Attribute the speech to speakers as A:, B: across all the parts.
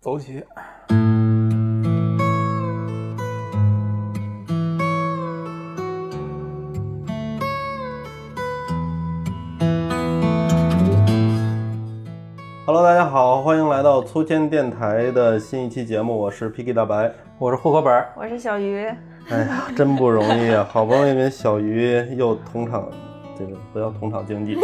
A: 走起！
B: Hello，大家好，欢迎来到粗间电台的新一期节目，我是 PK 大白。
A: 我是户口本儿，
C: 我是小鱼，
B: 哎呀，真不容易啊！好不容易跟小鱼又同场，这个不要同场竞技。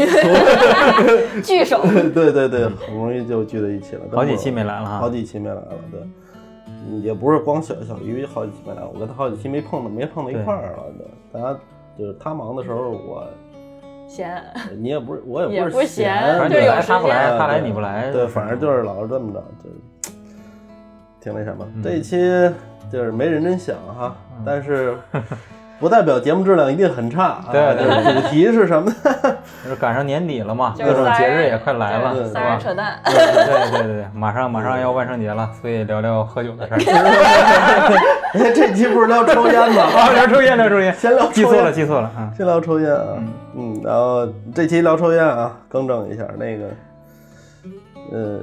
C: 聚首。
B: 对对对，很容易就聚在一起了。
A: 好几期没来了啊哈
B: 好几期没来了。对，嗯也不是光小小鱼好几期没来，我跟他好几期没碰到，没碰到一块儿了。对，大家就是他忙的时候，我
C: 闲，
B: 你也不是，我
C: 也
B: 不
C: 不
B: 是
C: 是闲
A: 反
B: 闲，
A: 正
C: 就
A: 你
C: 有
A: 来他不
C: 时
A: 来，
C: 间
A: 他来
B: 对
A: 你不来，
B: 对，反正就是老是这么着，就是挺那什么。
A: 嗯
B: 这一期就是没认真想哈，但是不代表节目质量一定很差啊。
A: 对对
B: 就是主题是什么 呢？
A: 就是赶上年底了嘛，
C: 就
A: 各
C: 是
A: 种
C: 仨
A: 节
C: 人
A: 日也快来了，
C: 就是是仨人
A: 吧？
C: 扯淡，
A: 对对对对，马上马上要万圣节了，所以聊聊喝酒的事儿。
B: 哎这期不是聊抽烟吗？
A: 啊，聊抽烟，聊抽烟，
B: 先聊抽烟
A: 记错了，记错了啊。
B: 先聊抽烟啊，嗯，然后这期聊抽烟啊，更正一下那个，呃，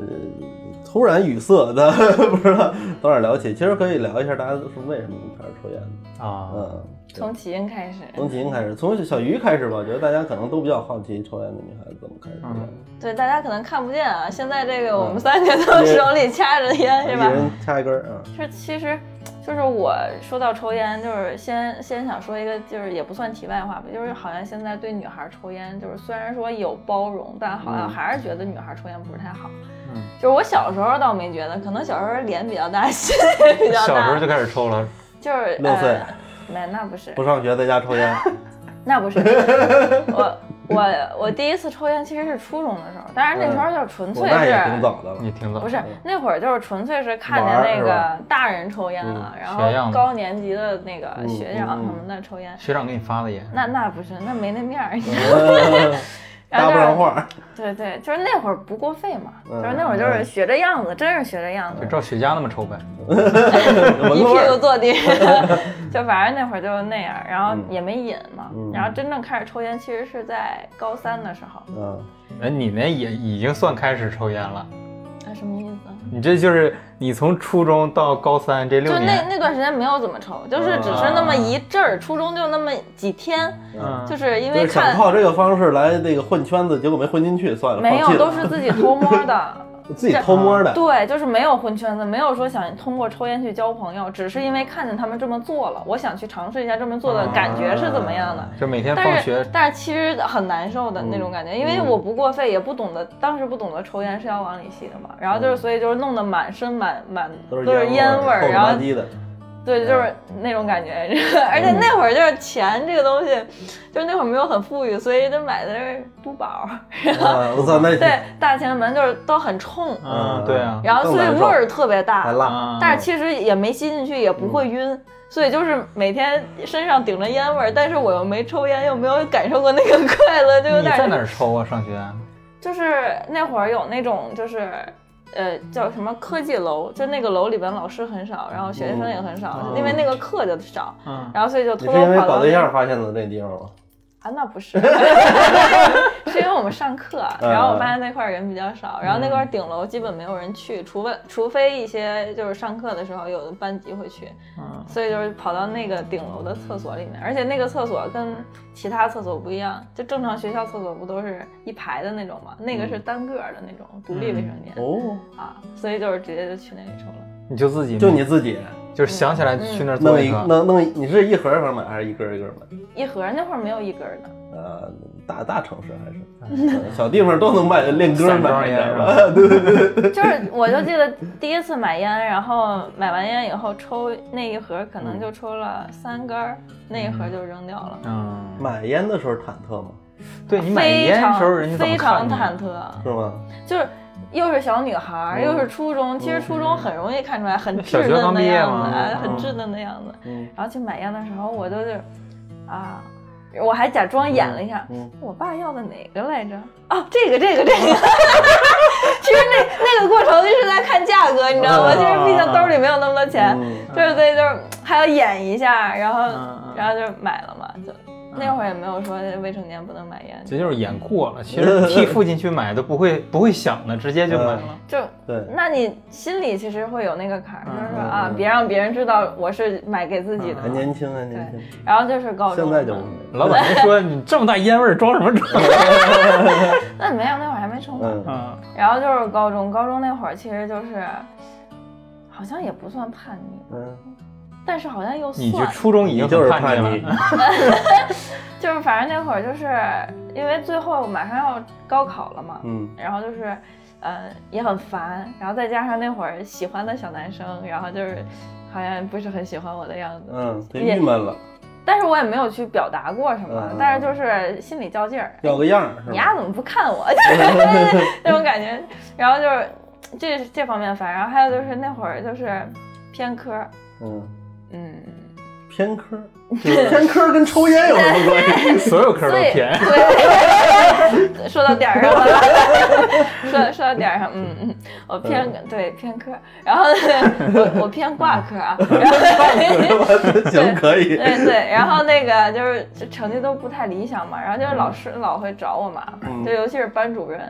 B: 突然语塞，咱 不知道从哪儿聊起。其实可以聊一下大家是为什么开始抽烟的，
A: 啊，
B: 嗯。
C: 从起因开始。
B: 从起因开始，从小鱼开始吧。我觉得大家可能都比较好奇抽烟的女孩子怎么开始抽烟，
A: 嗯
C: 对，大家可能看不见啊，现在这个我
B: 嗯
C: 们三个都手里掐着烟，是吧
A: 嗯
B: 一？人掐一根儿啊。
C: 是，其实就是我说到抽烟，就是先先想说一个，就是也不算题外话吧，就是好像现在对女孩抽烟，就是虽然说有包容，但好像
B: 嗯
C: 还是觉得女孩抽烟不是太好。
A: 嗯
C: 就是我小时候倒没觉得，可能小时候脸比较大，心也比较
A: 小时候
C: 大，
A: 就开始抽了，
C: 就是
B: 六岁
C: 呃没，那不是，
B: 不上学在家抽 烟，
C: 那不是，我我我第一次抽烟其实是初中的时候，当然那时候就是纯
B: 嗯我
C: 粹
B: 那也挺
C: 是，
B: 早的
A: 也
B: 了。
A: 挺早。
C: 不是那会儿就是纯粹是看
B: 玩
C: 见
B: 儿
C: 那
B: 是吧
C: 个大人抽烟了，然
A: 学样
C: 后
A: 子
C: 高年级的那个
B: 嗯
C: 学
B: 嗯
C: 长
B: 嗯
C: 什么的抽烟，
A: 学长给你发的烟，
C: 那那不是，那没那面儿。
B: 嗯 搭不上话，
C: 对对，就是那会儿不过肺嘛，
B: 嗯
C: 就是那会儿就是学着样子，真是学着样子
A: 就，照雪茄那么抽呗。
B: 闻个味
C: 一屁股
B: 儿。
C: 坐地，就反正那会儿就是那样，然后
B: 嗯
C: 也没瘾嘛，
B: 嗯
C: 然后真正开始抽烟其实是在高三的时候，
B: 嗯，
A: 哎，你那也已经算开始抽烟了，
C: 啊什么意思啊？
A: 你这就是你从初中到高三这
C: 就
A: 六
C: 那
A: 年，
C: 那段时间没有怎么抽，
B: 啊
C: 就是只是那么一阵儿，初中就那么几天，
A: 嗯
C: 就是因
B: 就
C: 为
B: 是想
C: 看
B: 靠这个方式来那个混圈子，结果没混进去，算了，
C: 没
B: 放弃了
C: 有，都是自己偷摸 的。
B: 自己偷摸的。
C: 对，就是没有混圈子，没有说想通过抽烟去交朋友，只是因为看见他们这么做了，我想去尝试一下这么
B: 啊
C: 做的感觉是怎么样的。
A: 就每天放
C: 但
A: 学
C: 是但是其实很难受的那种感觉，因为
B: 嗯
C: 我不过肺，也不懂得，当时不懂得抽烟是要往里吸的嘛，然后就是所以就是弄得满身满满
B: 嗯都是
C: 烟味儿，
B: 臭不
C: 然后
B: 拉几的，
A: 嗯
C: 对，就是那种感觉， 而且那会儿就是钱这个东西，就是那会儿没有很富裕，所以就买的是都 宝，
B: 啊我操，那
C: 对，大前门就是都很冲，
A: 嗯对啊
C: 然后所以味儿特别
B: 还
C: 大，
B: 辣，
A: 啊，
C: 但是其实也没吸进去，也不会晕。所以就是每天身上顶着烟味儿，但是我又没抽烟，又没有感受过那个快乐，就有
A: 你在哪
C: 点。
A: 儿抽啊？上学？
C: 就是那会儿有那种就是，呃，叫什么科技楼，就那个楼里边老师很少，然后学生也很少，
A: 嗯
C: 因为那个课就少。
A: 嗯，
C: 然后所以就
B: 你
C: 偷
B: 是
C: 偷
B: 因为
C: 跑
B: 搞
C: 到
B: 对
C: 那
B: 象发现的那地方吗？
C: 啊，那不是， 是因为我们上课，
B: 嗯
C: 然后我发现那块儿人比较少，然后那块儿顶楼基本没有人去，除非除非一些就是上课的时候有的班级会去，
A: 嗯
C: 所以就是跑到那个顶楼的厕所里面，而且那个厕所跟其他厕所不一样，就正常学校厕所不都是一排的那种嘛，那个是
B: 嗯
C: 单个儿的那种独立卫生间、
B: 哦，
C: 啊，所以就是直接就去那里抽了。
A: 你就自己
B: 就你自己
A: 就是想起来
C: 嗯
A: 去那儿做
B: 弄
A: 一
B: 一
A: 个，
B: 弄弄一，你是一盒一盒买还是一根儿一根儿买？
C: 一盒那会儿没有一根儿的，
B: 呃，大大城市 还是、嗯小地方都能卖练歌
A: 散装
B: 买
A: 烟
B: 点
A: 是吧
B: 吧？ 对，
C: 就是我就记得第一次买烟，然后买完烟以后抽那一盒，可能就抽了三根儿，那一盒就扔掉了。
A: 嗯，
B: 买烟的时候忐忑吗？
A: 对你买烟的时候人家怎么
C: 非
A: 看
C: 常非常
A: 你？啊哦
C: 忐忑，
B: 是吗？
C: 就是又是小女孩儿，
B: 嗯
C: 又是初中，其实初中很容易看出来很
A: 小
C: 稚
A: 学刚
C: 嫩的
A: 毕业
C: 样
A: 嘛
C: 子，哎
A: 嗯
C: 很稚嫩的样子。
B: 嗯
C: 然后去买烟的时候，我就是啊，我还假装演了一下，
B: 嗯，
C: 我爸要的哪个来着？哦，这个，这个，这个。 其实那那个过程就是在看价格，你知道吗？
A: 啊
C: 就是毕竟兜里没有那么多钱，
B: 嗯
C: 就是所以就是还要演一下，然后
A: 嗯嗯
C: 然后就买了嘛，就
B: 嗯
C: 那会儿也没有说未成年不能买烟，
A: 这就是眼过了。其实替父亲去买的不会不会想的，直接就买
B: 嗯
A: 了。
C: 就
B: 对，
C: 那你心里其实会有那个坎儿，就是说
B: 嗯
C: 啊
B: 嗯，
C: 别让别人知道我是买给自己的
B: 还。年轻还年轻，
C: 然后就是高中
B: 现
C: 嘛，
B: 在就嗯不
A: 老板就说你这么大烟味儿装什么装？
C: 那没有，那会儿还没成年。
B: 嗯
A: 啊，
C: 然后就是高中，高中那会儿其实就是，好像也不算叛逆，
B: 嗯，
C: 但是好像又算，
A: 你就初中已
B: 你
A: 经
B: 就是
A: 很
B: 叛
A: 叛逆
B: 逆
A: 了。，
C: 就是反正那会儿就是因为最后马上要高考了嘛，
B: 嗯
C: 然后就是，呃，也很烦，然后再加上那会儿喜欢的小男生，然后就是好像不是很喜欢我的样子，
B: 嗯，对，
C: 也
B: 郁闷了，
C: 但是我也没有去表达过什么，
B: 嗯
C: 但是就是心里较劲儿，哎
B: 要个样儿是
C: 你
B: 吧？
C: 丫怎么不看我？就是那种感觉，然后就是这这方面烦，然后还有就是那会儿就是偏科，
B: 嗯，
C: 嗯，
B: 偏科， 偏科跟抽烟有什么关系？
A: 所有科都
C: 所以
A: 偏。
C: 对， 说到点儿上了，说说到点儿上，嗯嗯，我偏、对偏科，然后我我偏挂科啊，然后
B: 行，可以，
C: 对对，然后那个就是就成绩都不太理想嘛，然后就是老师老会找我麻
B: 嗯
C: 烦，就尤其是班主任。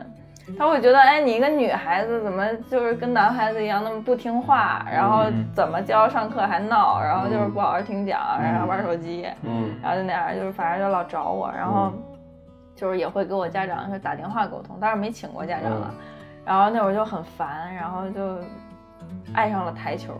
C: 他会觉得，哎，你一个女孩子怎么就是跟男孩子一样那么不听话，然后
A: 嗯
C: 怎么教上课还闹，然后就是
B: 嗯
C: 不好好听讲，然后
B: 嗯
C: 玩手机，
B: 嗯
C: 然后就那样，就是反正就老找我，然后
A: 嗯
C: 就是也会跟我家长就打电话沟通，当然没请过家长了。
A: 嗯
C: 然后那会儿就很烦，然后就爱上了台球。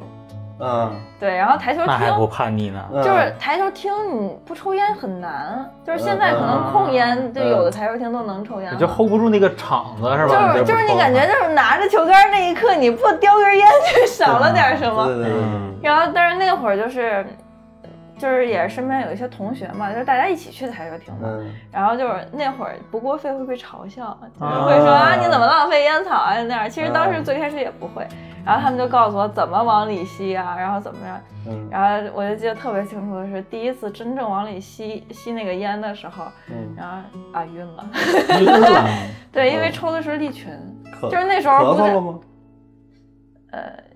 B: 啊，嗯
C: 对，然后台球
A: 那还不
C: 厅
A: 叛逆呢？
C: 就是台球厅，你不抽烟很难，就是现在可
A: 嗯
C: 能控烟，就
B: 嗯
C: 有的台球厅都能抽烟
A: 你
C: 了。
A: 就 hold 不住那个场子是吧？
C: 嗯就是
A: 不
C: 就是你
A: 抽
C: 感觉就是拿着球杆那一刻，你不叼根烟就少了点什么。
B: 对对对，
A: 嗯
C: 然后，但是那会儿就是，就是也是身边有一些同学嘛，就是大家一起去台球厅嘛。
B: 嗯，
C: 然后就是那会儿不过肺会被嘲笑，就是
A: 啊
C: 会说啊你怎么浪费烟草啊那样。其实当时
B: 嗯
C: 最开始也不会，然后他们就告诉我怎么往里吸啊，然后怎么样。
B: 嗯
C: 然后我就记得特别清楚的是，第一次真正往里吸吸那个烟的时候，
B: 嗯，
C: 然后啊晕了。
A: 晕 了。
C: 对，
B: 哦
C: 因为抽的是利群，
B: 咳
C: 就是那时候
B: 咳
C: 不
B: 嗽了
C: 太
B: 吗？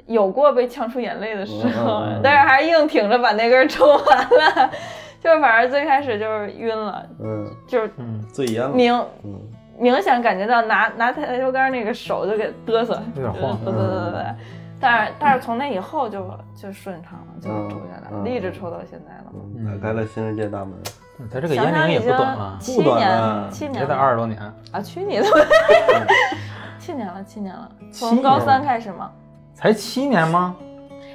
C: 有过被呛出眼泪的时候
B: 嗯嗯嗯，
C: 但是还是硬挺着把那根抽完了。 就是反正最开始就是晕了，
B: 嗯，
C: 就是
A: 嗯，
B: 醉烟了，
C: 明
B: 嗯
C: 明显感觉到拿拿台球杆那个手就给嘚瑟，
A: 有点晃
C: 对对对对对。但是但是从那以后就就顺畅了，就抽下来
B: 嗯嗯
C: 了，一直抽到现在了。
B: 嗯，打开了新世界大门，
A: 他这个
C: 想
A: 烟
C: 想
A: 龄也
C: 已
A: 不
C: 经
A: 短了，
C: 七
B: 不短了
C: 年，七
A: 也
C: 年
A: 得
C: 了
A: 二十多年。
C: 啊，去你的！七年了，七年了，
B: 七
C: 从
B: 年
C: 高三开始嘛，
A: 才七年吗？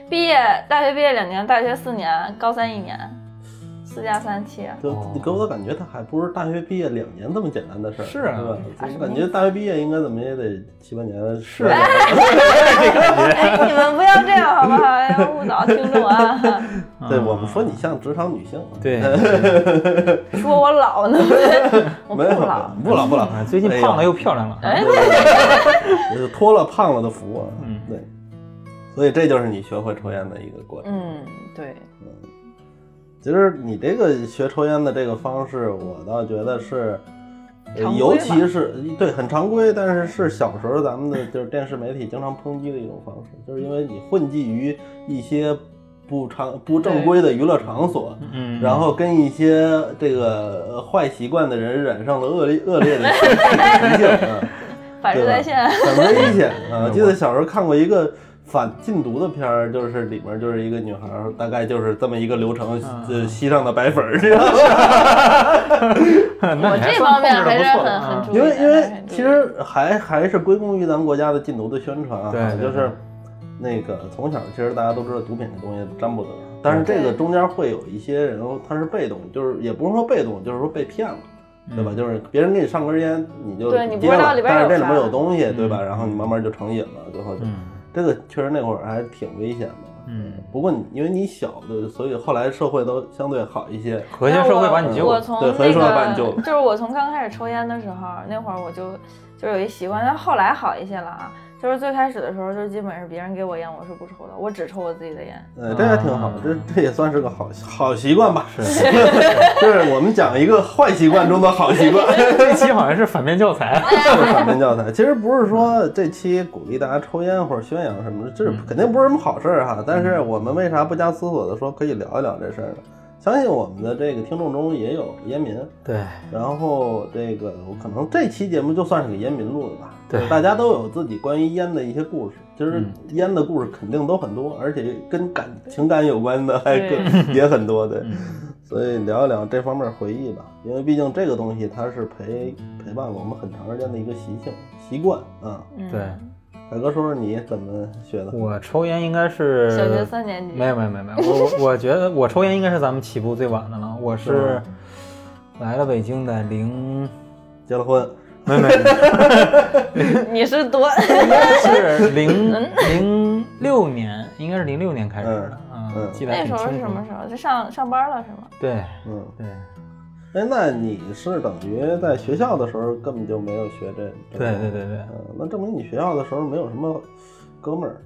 C: 毕业大学毕业两年，大学四年，高三一年，四加三七。啊
B: 就
A: 哦
B: 你给我的感觉，他还不是大学毕业两年这么简单的事儿，
A: 是啊
B: 对吧？
C: 啥
B: 我
C: 什么
B: 感
C: 意
B: 觉大学毕业应该怎么也得七八年，是
A: 啊
C: 哎，你们不要这样好不好？要误导听众啊！
B: 对
A: 嗯
B: 我们说你嗯像职场女性，啊
A: 对，
C: 说我老呢，我不
B: 没有
C: 老。
B: 不老不老，
A: 啊最近胖了又漂亮了。
C: 哎
B: 哎呦，就是脱了胖了的福啊，
A: 嗯
B: 对，所以这就是你学会抽烟的一个过程。
C: 嗯，对，
B: 其实你这个学抽烟的这个方式，我倒觉得是，呃
C: 常规
B: 尤
C: 吧
B: 其是对很常规，但是是小时候咱们的就是电视媒体经常抨击的一种方式，就是因为你混迹于一些不常不正规的娱乐场所。
A: 嗯，
B: 然后跟一些这个呃坏习惯的人染上了恶劣恶劣的 习性，啊
C: 反
B: 对
C: 射
B: 吧
C: 在 线。
B: 很危 险啊！
A: 嗯我
B: 我记得小时候看过一个反禁毒的片儿，就是里面就是一个女孩儿，大概就是这么一个流程，
A: 啊
B: 就吸上的白粉 儿，这样。
A: 那
C: 我
A: 你
C: 这
A: 算
C: 方面
A: 控制
C: 还
A: 得
C: 是
A: 不错
C: 很
A: 了啊
C: 很注意
B: 因为
C: 的。
B: 因为
C: 很注
B: 其
C: 意
B: 实还还是归功于咱们国家的禁毒的宣传啊，
A: 对对
B: 就是那个从小其实大家都知道毒品这东西沾不得，但是这个中间会有一些人他是被动，就是也不是说被动，就是说被骗了。对吧？
A: 嗯
B: 就是别人给你上根烟，你就
C: 对你
B: 接
C: 不知道
B: 了
C: 里边
B: 但是这
C: 有
B: 里边
C: 啥
B: 有东西，
A: 嗯
B: 对吧？然后你慢慢就成瘾了，最后就
A: 嗯
B: 这个确实那会儿还挺危险的。
A: 嗯，
B: 不过你因为你小的，所以后来社会都相对好一些。
A: 和谐社会把你
C: 我
A: 救
C: 我
A: 了。
C: 从
B: 对
C: 那
B: 回收了把你
C: 个
B: 救了
C: 就是我从刚开始抽烟的时候，那会儿我就就有一习惯，但后来好一些了啊。就是最开始的时候，就基本是别人给我烟，我是不抽的，我只抽我自己的烟。
B: 呃，这还挺好
A: 啊，
B: 这这也算是个好好习惯吧。 是，就是我们讲一个坏习惯中的好习惯，
A: 这期好像是反面教 材。啊
B: 就是反面教材。其实不是说这期鼓励大家抽烟或者宣扬什么的，这
A: 嗯
B: 肯定不是什么好事儿哈。但是我们为啥不加思索的说可以聊一聊这事儿呢？相信我们的这个听众中也有烟民，
A: 对
C: 嗯
B: 然后这个我可能这期节目就算是给烟民录的吧，
A: 对
B: 大家都有自己关于烟的一些故事，其实
A: 嗯
B: 烟的故事肯定都很多，而且跟感情感有关的还更也很多，对，
A: 嗯
B: 所以聊一聊这方面回忆吧，因为毕竟这个东西它是陪陪伴我们很长时间的一个习性习惯啊。
C: 嗯
A: 对
B: 海哥说说你怎么学的？
A: 我抽烟应该是
C: 小学三年级
A: 呃没有没有没有没有，我 我我觉得我抽烟应该是咱们起步最晚的了。我
B: 是
A: 是
B: 吗
A: 来了北京的零，
B: 结了婚，
A: 没有没有，没有
C: 你是多
A: 应该是零
C: 嗯
A: 零六年，应该是零六年开始的，
B: 嗯
A: 嗯，记得还
C: 那时
A: 挺
C: 候是
A: 清
C: 什
A: 楚
C: 么
A: 的。
C: 时候？是上上班了是吗？
A: 对
B: 嗯，
A: 对
B: 哎，那你是等于在学校的时候根本就没有学这？
A: 对
B: 这个
A: 对对对，
B: 嗯，那证明你学校的时候没有什么哥们儿。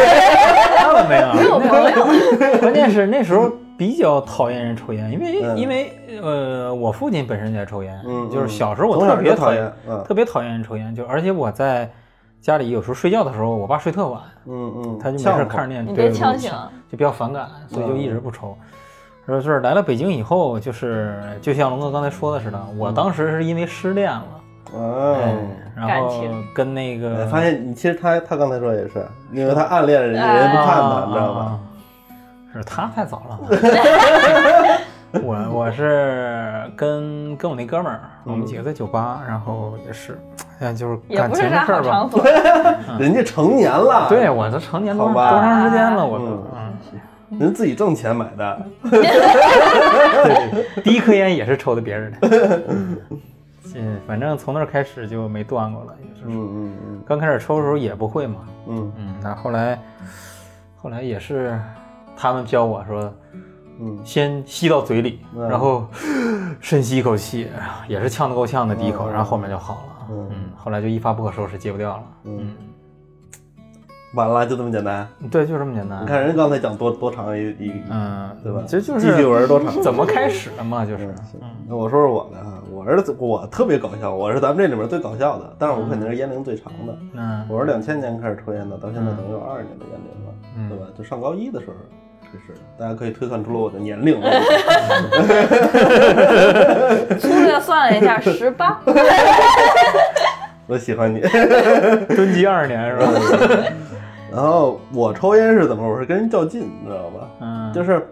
A: 那倒没 有啊，
C: 没有
A: 那
C: 朋友，
A: 关键是那时候比较讨厌人抽烟，因为、
B: 嗯
A: 因为呃，我父亲本身就爱抽烟，
B: 嗯，
A: 就是
B: 嗯
A: 小时候我
B: 从小
A: 特
B: 就
A: 别
B: 讨
A: 讨
B: 厌，嗯
A: 特别讨厌人抽烟，就而且我在家里有时候睡觉的时候，我爸睡特晚，
B: 嗯嗯，
A: 他就没
B: 呛嗯
A: 事
B: 乎
A: 看着电视，
C: 你
A: 对
C: 被呛醒，
A: 就比较反感，所以就一直不抽。然后就是来了北京以后，就是就像龙哥刚才说的似的，我当时是因为失恋了，哎嗯
B: 哦。
A: 然
C: 感
A: 后
C: 情
A: 跟那
B: 哎
A: 个
B: 发现你其实他他刚才说也是，因为他暗恋人家，人家不看他，你知道吧？
A: 啊？是他太早 了。我我是跟跟我那哥们儿，我
B: 嗯
A: 们几个在酒吧，然后也是，哎，就是
C: 也
A: 感
C: 不
A: 情
C: 是
A: 的
C: 啥
A: 事
C: 好
A: 儿吧
C: 场。所。
B: 人家成年了，
A: 啊对，，啊我都成年多
B: 好
A: 多
B: 吧
A: 长时间了，我都
B: 嗯
A: 嗯，
B: 人自己挣钱买的，
A: 对， 第一颗烟也是抽的别人的，嗯，反正从那儿开始就没断过了，也是。
B: 嗯嗯
A: 刚开始抽的时候也不会嘛，
B: 嗯嗯
A: 嗯，那后来，后来也是他们教我说，
B: 嗯，
A: 先吸到嘴里，
B: 嗯
A: 然后 深吸一口气，哎也是呛得够呛的第一口，
B: 嗯
A: 然后后面就好了。
B: 嗯
A: 嗯，后来就一发不可收拾，戒不掉了。
B: 嗯，完了就这么简单。
A: 嗯对，就这么简单。
B: 你看人家刚才讲多多长一一，
A: 嗯，
B: 对吧？
A: 这就
B: 记句
A: 是
B: 文多长？
A: 怎么开始的嘛，就是
B: 嗯，行那我说说我的啊，我是我特别搞笑，我是咱们这里面最搞笑的，但是我肯定是烟龄最长的。
A: 嗯
B: 我是两千年开始抽烟的，到现在等于有二十年的烟龄了，
A: 嗯
B: 对吧？就上高一的时候这是，大家可以推算出了我的年龄了。
C: 粗略算了一下，十八，
B: 我喜欢你。
A: 蹲级二年是吧？
B: 然后我抽烟是怎么回事？我是跟人较劲，你知道吧？
A: 嗯，
B: 就是是，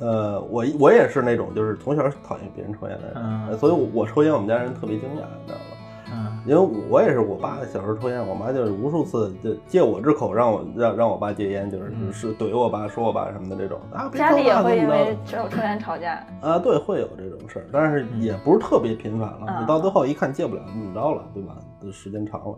B: 呃，我我也是那种就是从小讨厌别人抽烟的人，
A: 嗯
B: 呃所以我我抽烟，我们家人特别惊讶，你知道吧？
A: 嗯
B: 因为我也是，我爸小时候抽烟，我妈就是无数次就借我之口让我让让我爸戒烟，就是
A: 嗯
B: 是怼我爸、说我爸什么的这种啊，别抽
C: 家里也
B: 啊
C: 会
B: 怎
C: 因
B: 么着
C: 为抽抽烟吵架。
B: 啊，对，会有这种事儿，但是也不是特别频繁了。
C: 嗯
B: 你到最后一看戒不了，怎么着了，对吧？这时间长了，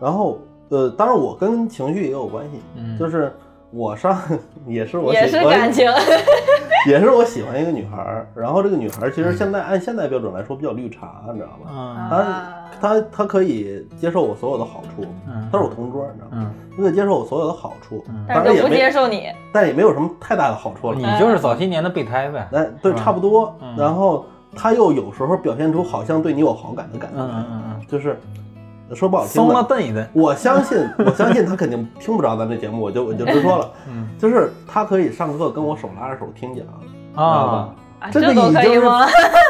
B: 然后呃，当然我跟情绪也有关系，
A: 嗯
B: 就是我上 也是我
C: 也
B: 喜
C: 是
B: 欢
C: 感情，
B: 也是我喜欢一个女孩儿，然后这个女孩儿其实现
C: 嗯
B: 在按现在标准来说比较绿茶，你知道吧？
A: 嗯
C: 啊
B: 她她她可以接受我所有的好处，
A: 嗯
B: 她是我同桌，你知道吗？
A: 嗯，
B: 她可以接受我所有的好处，
A: 嗯
B: 当
C: 但
B: 然
C: 是
B: 也
C: 就不接
B: 没，
C: 受你。
B: 但也没有什么太大的好处了。
A: 你就是早些年的备胎呗。
B: 哎，对，
A: 是吧
B: 差不多。
A: 嗯
B: 然后她又有时候表现出好像对你有好感的感觉，
A: 嗯嗯
B: 就是说不好
A: 嗯，
B: 听
A: 松了
B: 的，
A: 蹬一蹬。
B: 我相信，我相信她肯定听不着咱这节目，我就我就直说了，
A: 嗯
B: 就是她可以上课跟我手拉着手听讲，知道吧
A: 啊？
C: 啊，
B: 这
C: 这
B: 个
C: 都
B: 已
C: 可
B: 经
C: 以
B: 是
C: 吗？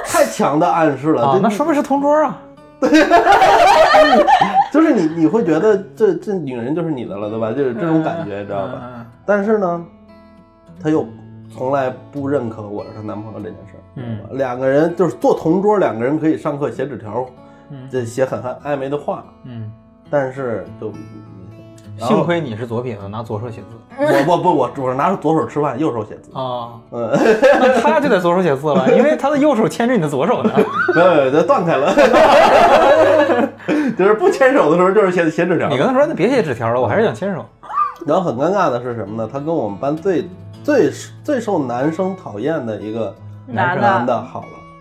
B: 太强的暗示了，
A: 啊
B: 就，
A: 那说明是同桌啊。
B: 就是你你会觉得这这女人就是你的了，对吧？就是这种感觉，
A: 嗯
B: 知道吧？？
A: 嗯
B: 但是呢，她又从来不认可我是她男朋友这件事儿。
A: 嗯
B: 两个人就是做同桌，两个人可以上课写纸条，
A: 嗯
B: 这写很很暧昧的话，
A: 嗯，
B: 但是就。然后
A: 幸亏你是左撇子，拿左手写字。
B: 我我不我我是拿着左手吃饭，右手写字。
A: 啊，
B: 嗯，
A: 那他就得左手写字了，因为他的右手牵着你的左手呢。
B: 没有没有，就断开了。 就是不牵手的时候，就是写写纸条。
A: 你跟他说那别写纸条了，我还是想牵手。
B: 然后很尴尬的是什么呢？他跟我们班最最最受男生讨厌的一个
C: 男的
B: 男的好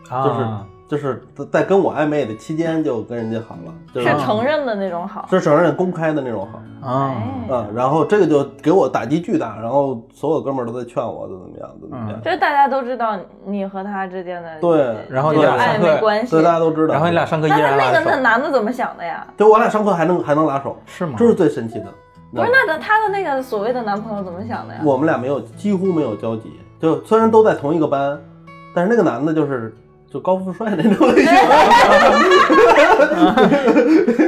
B: 了，
A: 啊
B: 就是就是在跟我暧昧的期间就跟人家好了，就是是
A: 成
C: 承认的那种好。
B: 是承认公开的那种好。
A: 啊，
C: 哎
B: 嗯，然后这个就给我打击巨大，然后所有哥们儿都在劝我怎么样怎么样，
C: 就是大家都知道你和他之间的
B: 对
A: 然后
C: 这
A: 你
C: 种
A: 俩
C: 暧
A: 上
C: 昧
A: 课，
C: 关系
B: 所以，大家都知道。
A: 然后你俩上课依
C: 那他
A: 然
C: 那
A: 拉
C: 个那
A: 手，
C: 男的怎么想的呀？
B: 对我俩上课还能还能拉手，
A: 是吗？
B: 这是最神奇的。
C: 不是，那他的那个所谓的男朋友怎么想的呀？
A: 嗯
B: 我们俩没有几乎没有交集，就虽然都在同一个班，但是那个男的就是就高富帅那种类型，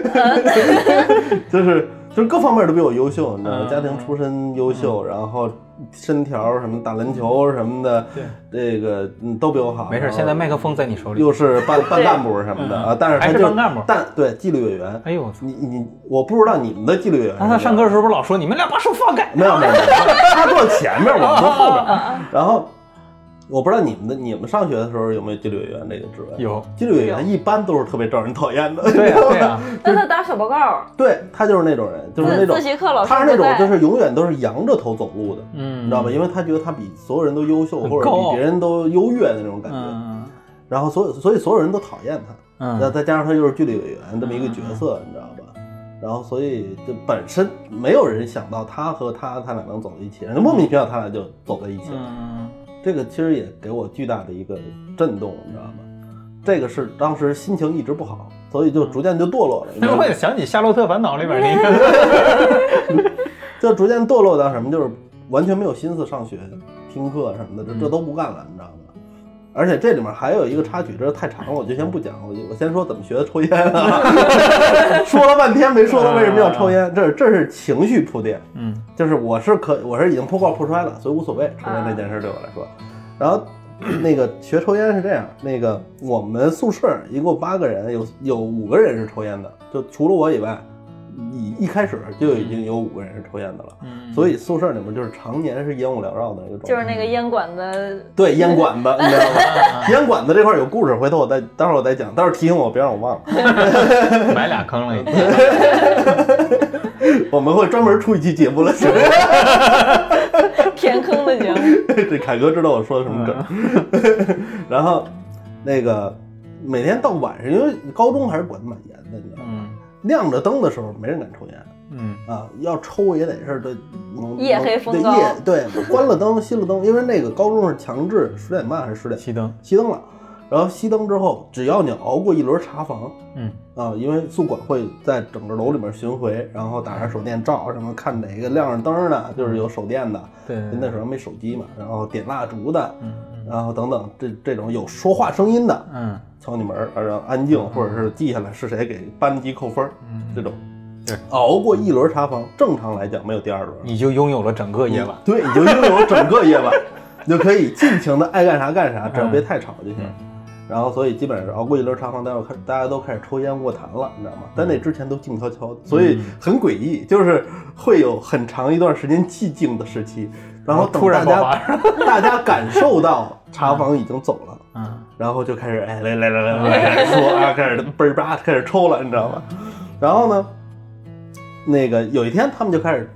B: 就是就是各方面都比我优秀，你知道吗？
A: 嗯
B: 家庭出身优秀，然后身条什么打篮球什么的，
A: 对，
B: 这个嗯都比我好。
A: 没事，
B: 然后
A: 现在麦克风在你手里。
B: 又是 半半干部什么的啊，但是
A: 嗯
B: 他
A: 还是
B: 就
A: 班干部
B: 但对纪律委员，
A: 哎呦我操！
B: 你你我不知道你们的纪律委员是
A: 那
B: 怎么样。
A: 啊他上课的时候不老说你们俩把手放开？
B: 没有没有，没有，他坐前面，我坐后
C: 哦
B: 边。然后我不知道你们的你们上学的时候有没有纪律委员这个职位？，
A: 有，
B: 纪律委员一般都是特别招人讨厌的。
A: 对呀、对呀、啊
C: 那他打小报告，
B: 对他就是那种人，就是那
C: 自
B: 种
C: 自习课老师
B: 他是那
C: 不
B: 种
C: 在
B: 就是永远都是扬着头走路的，
A: 嗯，
B: 你知道吧？因为他觉得他比所有人都优秀，
A: 很
B: 或者
A: 高傲
B: 比别人都优越的那种感觉。
A: 嗯
B: 然后所有所以所有人都讨厌他。
A: 嗯
B: 那再加上他又是剧里委员这么一个角色，你知道吧？然后所以就本身没有人想到他和他他俩能走到一起，然后莫名其妙他俩就走在一起了。
A: 嗯
B: 这个其实也给我巨大的一个震动，你知道吗？这个是当时心情一直不好，所以就逐渐就堕落了你知道
A: 嗯，
B: 吗
A: 我，也想起《夏洛特烦恼》里边那个，
B: 就逐渐堕落到什么，就是完全没有心思上学、听课什么的，这这都不干了，你知道吗？而且这里面还有一个插曲，这太长了，我就先不讲了。我就我先说怎么学的抽烟啊， 说了半天没说到为什么要抽烟，这这是情绪铺垫，
A: 嗯
B: 就是我是可我是已经破罐破摔了，所以无所谓抽烟
C: 啊
B: 这件事对我来说。然后那个学抽烟是这样，那个我们宿舍一共八个人，有有五个人是抽烟的，就除了我以外，一一开始就已经有五个人是抽烟的了。
A: 嗯，
B: 所
A: 以
B: 以宿舍里面就是常年是烟雾缭绕的一个状态，
C: 就是那个烟管的，
B: 对烟管子，你知道吗？烟管子这块儿有故事，回头我再，待会儿我再讲，待会儿提醒我，别让我忘了。
A: 买嗯俩坑了已经。
B: 我们会专门出一期节目来讲
C: 填坑的节 目，
B: 这凯哥知道我说的什么梗。 然后那个每天到晚上，因为高中还是管得蛮严的，你知道吗？
A: 嗯
B: 亮着灯的时候没人敢抽烟
A: 嗯
B: 啊，要抽也得是对能
C: 夜黑
B: 能
C: 风
B: 对
C: 高
B: 夜对，关了灯熄了灯，因为那个高中是强制十点半还是十点
A: 熄灯。
B: 熄灯了。然后熄灯之后，只要你熬过一轮查房
A: 嗯
B: 啊，因为宿管会在整个楼里面巡回，然后打上手电照什么，看哪个亮着灯的，就是有手电的，
A: 对对
B: 那
A: 对。
B: 时候没手机嘛，然后点蜡烛的，
A: 嗯
B: 然后等等这这种有说话声音的，
A: 嗯
B: 敲你门儿让安静，或者是记下来是谁给班级扣分儿
A: 嗯，
B: 这种。
A: 对，
B: 熬过一轮查房，正常来讲没有第二轮，
A: 你就拥有了整个夜晚。
B: 嗯对，你就拥有整个夜晚， 你就可以尽情的爱干啥干
A: 嗯
B: 啥，只要别太吵就行。然后，所以基本上熬过一轮茶房，待会儿开大家都开始抽烟卧谈了，你知道吗？
A: 嗯
B: 在那之前都静悄悄的，所以很诡异，就是会有很长一段时间寂静的时期，然后等
A: 突然
B: 大
A: 爆
B: 家 大家感受到茶房已经走了，
A: 嗯
B: 然后就开始哎来来来来来开始说啊，开始倍儿吧开始抽了，你知道吗？然后呢，那个有一天他们就开始，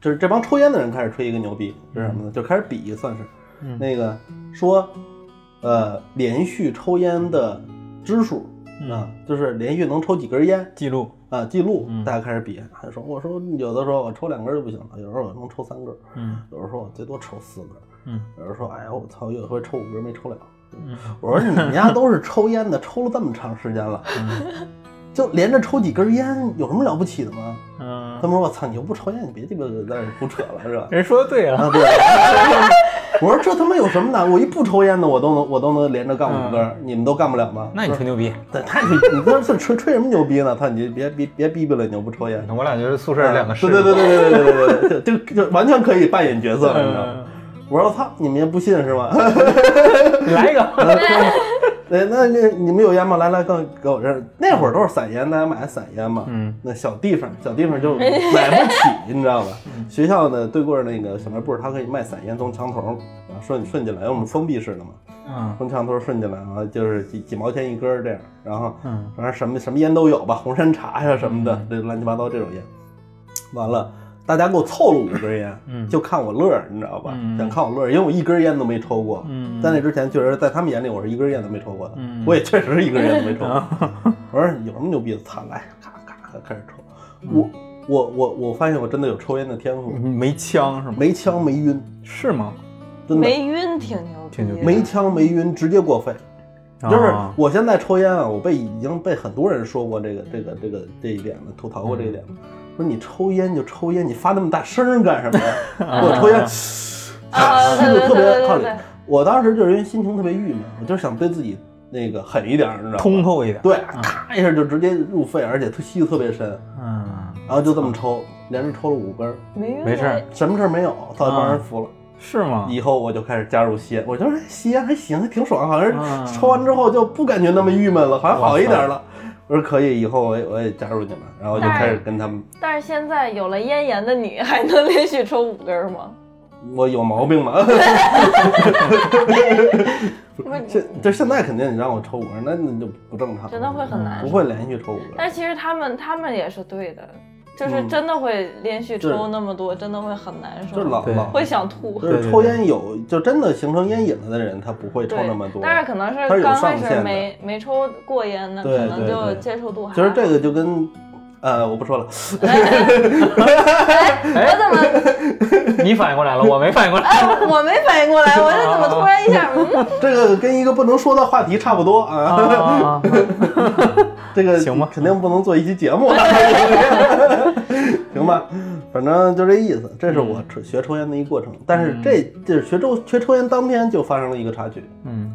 B: 就是这帮抽烟的人开始吹一个牛逼，是什么呢？就开始比，算是
A: 嗯
B: 那个说，呃，连续抽烟的支数
A: 嗯
B: 啊，就是连续能抽几根烟
A: 记录。
B: 啊，记录
A: 嗯
B: 大家开始比，还说我说有的时候我抽两根就不行了，有时候我能抽三根，
A: 嗯
B: 有人说我最多抽四根，
A: 嗯，
B: 有人说哎呀我操，有回抽五根没抽了。
A: 嗯
B: 我说你们家都是抽烟的，抽了这么长时间了，
A: 嗯
B: 就连着抽几根烟，有什么了不起的吗？他
A: 嗯，
B: 们说我操，你又不抽烟，你别鸡巴在这儿胡扯了是吧？
A: 人说的对啊。
B: 啊 对，我说这他妈有什么难？我一不抽烟的，我都能我都能连着干五根，你们都干不了吗？
A: 嗯那你吹牛逼，
B: 对太你这是吹吹什么牛逼呢？操，你别别别逼逼了，你又不抽烟。
A: 我俩就是宿舍两个室
B: 对
A: 友。
B: 对对对对对对对，就就就完全可以扮演角色了，你知道吗？
A: 嗯，
B: 我说操，你们也不信是吗？
A: 你嗯来一个。
B: 那那那你们有烟吗？来来，更给我这。那会儿都是散烟，大家买的散烟嘛。
A: 嗯
B: 那小地方，小地方就买不起，你知道吧？学校呢对过那个小卖部，它可以卖散烟，从墙头啊顺顺进来，因为我们封闭式的嘛，
A: 嗯
B: 从墙头顺进来啊，就是几几毛钱一根儿这样，然后
A: 嗯
B: 反正什么什么烟都有吧，红山茶呀什么的，这乱七八糟这种烟。完了，大家给我凑了五根烟，
A: 嗯
B: 就看我乐儿，你知道吧？
A: 嗯
B: 想看我乐儿，因为我一根烟都没抽过。
A: 嗯，
B: 在那之前，确实在他们眼里，我是一根烟都没抽过的，
A: 嗯
B: 我也确实是一根烟都没抽过。
A: 啊
B: 我说有什么牛逼的？操，来，咔咔咔开始抽。
A: 嗯
B: 我我我我发现我真的有抽烟的天赋，
A: 你嗯没枪是吗？
B: 没枪没晕，
A: 是吗？
B: 真的
C: 没晕挺牛逼
A: 挺牛
C: 的，
A: 逼
B: 没枪没晕，直接过肺。就是
A: 啊
B: 我现在抽烟啊，我被已经被很多人说过这个这个这个这一点了，吐槽过这一点
A: 嗯
B: 了。说你抽烟就 抽烟，你发那么大声儿干什么呀？我抽烟，
C: 啊，
B: 是
C: 对
B: 不是特
C: 对对
B: 别
C: 对
B: 靠
C: 对
B: 里
C: 对，
B: 我当时就是因为心情特别郁闷，我就是想对自己那个狠一点儿，你知道吗？
A: 通啊透一点。
B: 对，咔一下就直接入肺，而且特吸的特别深，
A: 嗯，
B: 然后就这么抽，连着抽了五根儿，
C: 没用
A: 没事儿
B: 什么事儿没有，操，
A: 啊
B: 让人服了。
A: 是吗？
B: 以后我就开始加入吸烟，我觉得哎吸烟还行，还挺爽，好
A: 啊
B: 像是抽完之后就不感觉那么郁闷了，好像好一点了。我说可以，以后我也我也加入你们，然后就开始跟他们。
C: 但是现在有了咽炎的你，还能连续抽五根儿吗？
B: 我有毛病吗？
C: 不是
B: 这这现在肯定你让我抽五根，那那就不正常，
C: 真的会很难
B: 不
C: 受。
B: 会连续抽五根
C: 但。其实他们他们也是对的，就是
B: 嗯
C: 真的会连续
B: 对
C: 抽那么多，真的会很难受，
B: 就是老
A: 对
B: 老，
C: 会想吐
B: 就。是抽烟有就真的形成烟瘾了的人，他不会抽
C: 对
B: 那么多。
C: 但是可能
B: 它是
C: 是
B: 有
C: 刚
B: 上
C: 开
B: 限
C: 始
B: 的
C: 没没抽过烟的，
B: 对
C: 可能
B: 对
C: 就
B: 对
C: 接受度还。
B: 其实这个就跟呃，我不说了，
C: 我怎么
A: 你反应过来了，我没反应过来。
C: 哎，我我没反应过来，我这怎么突然一 下？嗯
B: 这个跟一个不能说的话题差不多
A: 啊
B: 啊。
A: 啊啊
B: 这个
A: 行吧
B: 肯定不能做一期节目了， 行吧？反正就这意思。这是我
C: 嗯
B: 抽学抽烟的一过程，但是这就是学抽学抽烟当天就发生了一个插曲，
A: 嗯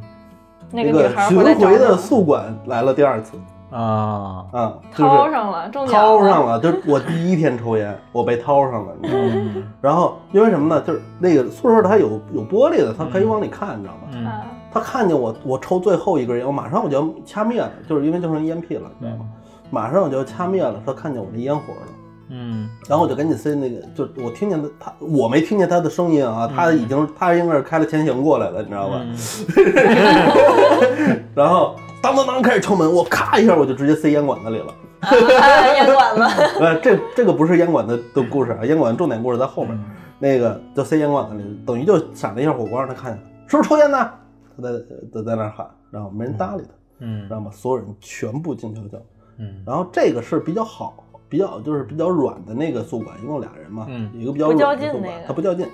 C: 那
B: 那
C: 个女
B: 个
C: 孩
B: 巡
C: 回来找
B: 回的
C: 我，
B: 宿管来了第二次
A: 啊，
B: 啊，就是
C: 掏上了，中奖
B: 掏上了，就是我第一天抽烟，我被掏上了，你知道吗？
A: 嗯
B: 然后因为什么呢？就是那个宿舍它有有玻璃的，它可以往里看，你知道吗？
A: 嗯
C: 啊
B: 他看见我我抽最后一根烟，我马上我就要掐灭了，就是因为就成烟屁了，你知道吗？马上我就要掐灭了，他看见我这烟火了。
A: 嗯
B: 然后我就赶紧塞那个，就我听见他，我没听见他的声音啊，他已经他应该是开了前行过来了，你知道吧？
A: 嗯，
B: 然后当当当开始敲门，我咔一下我就直接塞烟管子里了。嗯
C: 啊，烟管子，
B: 呃，这这个不是烟管子的故事啊，烟管重点故事在后面。那个就塞烟管子里，等于就闪了一下火光，他看见了，是不是抽烟呢？他在在在那儿喊，然后没人搭理他，
A: 嗯
B: 知道吗？所有人全部静悄悄。
A: 嗯
B: 然后这个是比较好，比较就是比较软的那个宿管，一共俩人嘛，
A: 嗯
B: 有一个比较软的宿
C: 不较劲
B: 管
C: 那，个
B: 他不较劲，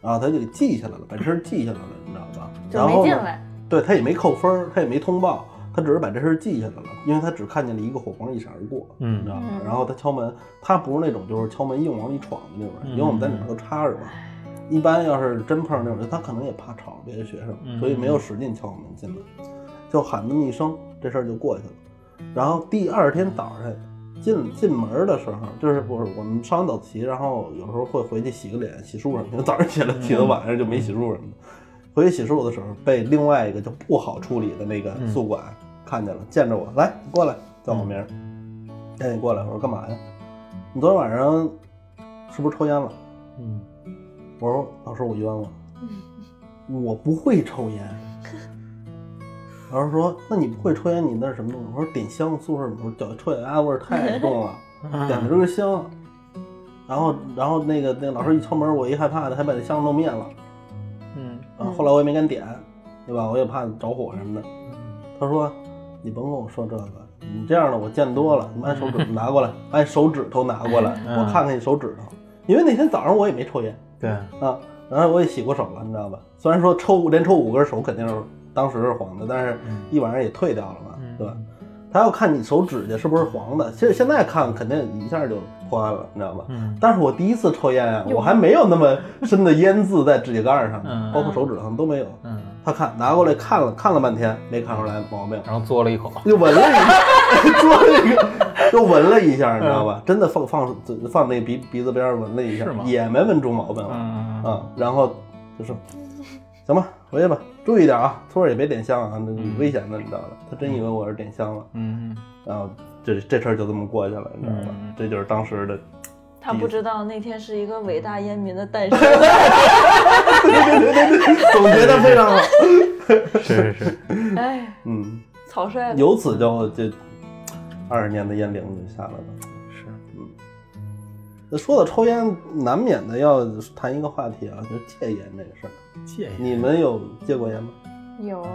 B: 然后他就给记下来了，把这事儿记下来了，你知道吧？
C: 就
B: 然
C: 没
B: 后
C: 进
B: 呢，
C: 来。
B: 对他也没扣分儿，他也没通报，他只是把这事儿记下来了，因为他只看见了一个火光一闪而过，你知
A: 嗯
B: 道吗？
C: 嗯
B: 然后他敲门，他不是那种就是敲门硬往里闯的那种人，因为我们在哪
A: 嗯
B: 儿都插着嘛。一般要是真碰上那种人，他可能也怕吵着别的学生，
A: 嗯
B: 所以没有使劲敲门进来，就喊那么一声，这事儿就过去了。然后第二天早上进进门的时候，就是不是我们上完早自习，然后有时候会回去洗个脸、洗漱什么的，因为早上起来洗到晚上就没洗漱什么的。回去洗漱的时候，被另外一个就不好处理的那个
A: 嗯
B: 宿管看见了，见着我来，你过来叫我名儿，赶紧过来。我说干嘛呀？你昨天晚上是不是抽烟了？
A: 嗯
B: 我说老师，我冤枉，我不会抽烟。 老师说，那你不会抽烟，你那是什么东西？我说点香，宿舍里头脚抽烟啊味儿太重了，
A: 嗯
B: 点了根香。然后，然后那个那个老师一敲门，我一害怕的还把那香弄灭了。
A: 嗯
B: 啊，
C: 嗯
B: 后来我也没敢点，对吧？我也怕着火什么的。他说：“你甭跟我说这个，你这样的我见多了。你把手指头拿过来，把你手指头拿过来，
A: 嗯
B: 我看看你手指头。因为那天早上我也没抽烟
A: 对，
B: 啊，然后我也洗过手了，你知道吧？虽然说抽连抽五根手肯定是当时是黄的，但是一晚上也退掉了嘛，
A: 嗯
B: 对吧？他要看你手指甲是不是黄的，其实现在看肯定一下就破案了，你知道吧？
A: 嗯
B: 但是我第一次抽烟啊，我还没有那么深的烟渍在指甲盖儿上，
A: 嗯
B: 包括手指头上都没有。
A: 嗯，
B: 他看拿过来看了看了半天，没看出来毛病，
A: 然后嘬了一口，
B: 又闻了一下， 嘬了一个，又闻了一下，你知道吧？真的放放放那鼻鼻子边儿闻了一下
A: 嗯是吗，
B: 也没闻出毛病 来
A: 嗯
B: 啊。然后就说：“行吧，回去吧，注意点啊，村儿也别点香啊，那危险的，你知道吧？”他真以为我是点香了，
A: 嗯
B: 然后这这事儿就这么过去了，你知道吧
A: 嗯？
B: 这就是当时的
C: 他不知道那天是一个伟大烟民 的诞生，
B: 总结的非常好。
A: 是是是，
C: 哎，
B: 嗯，
C: 草率了。
B: 由此就这二十年的烟龄就下来了。嗯
A: 是，
B: 那说到抽烟，难免的要谈一个话题啊，就是戒烟这个事儿。
A: 戒烟，
B: 你们有戒过烟吗？
C: 有，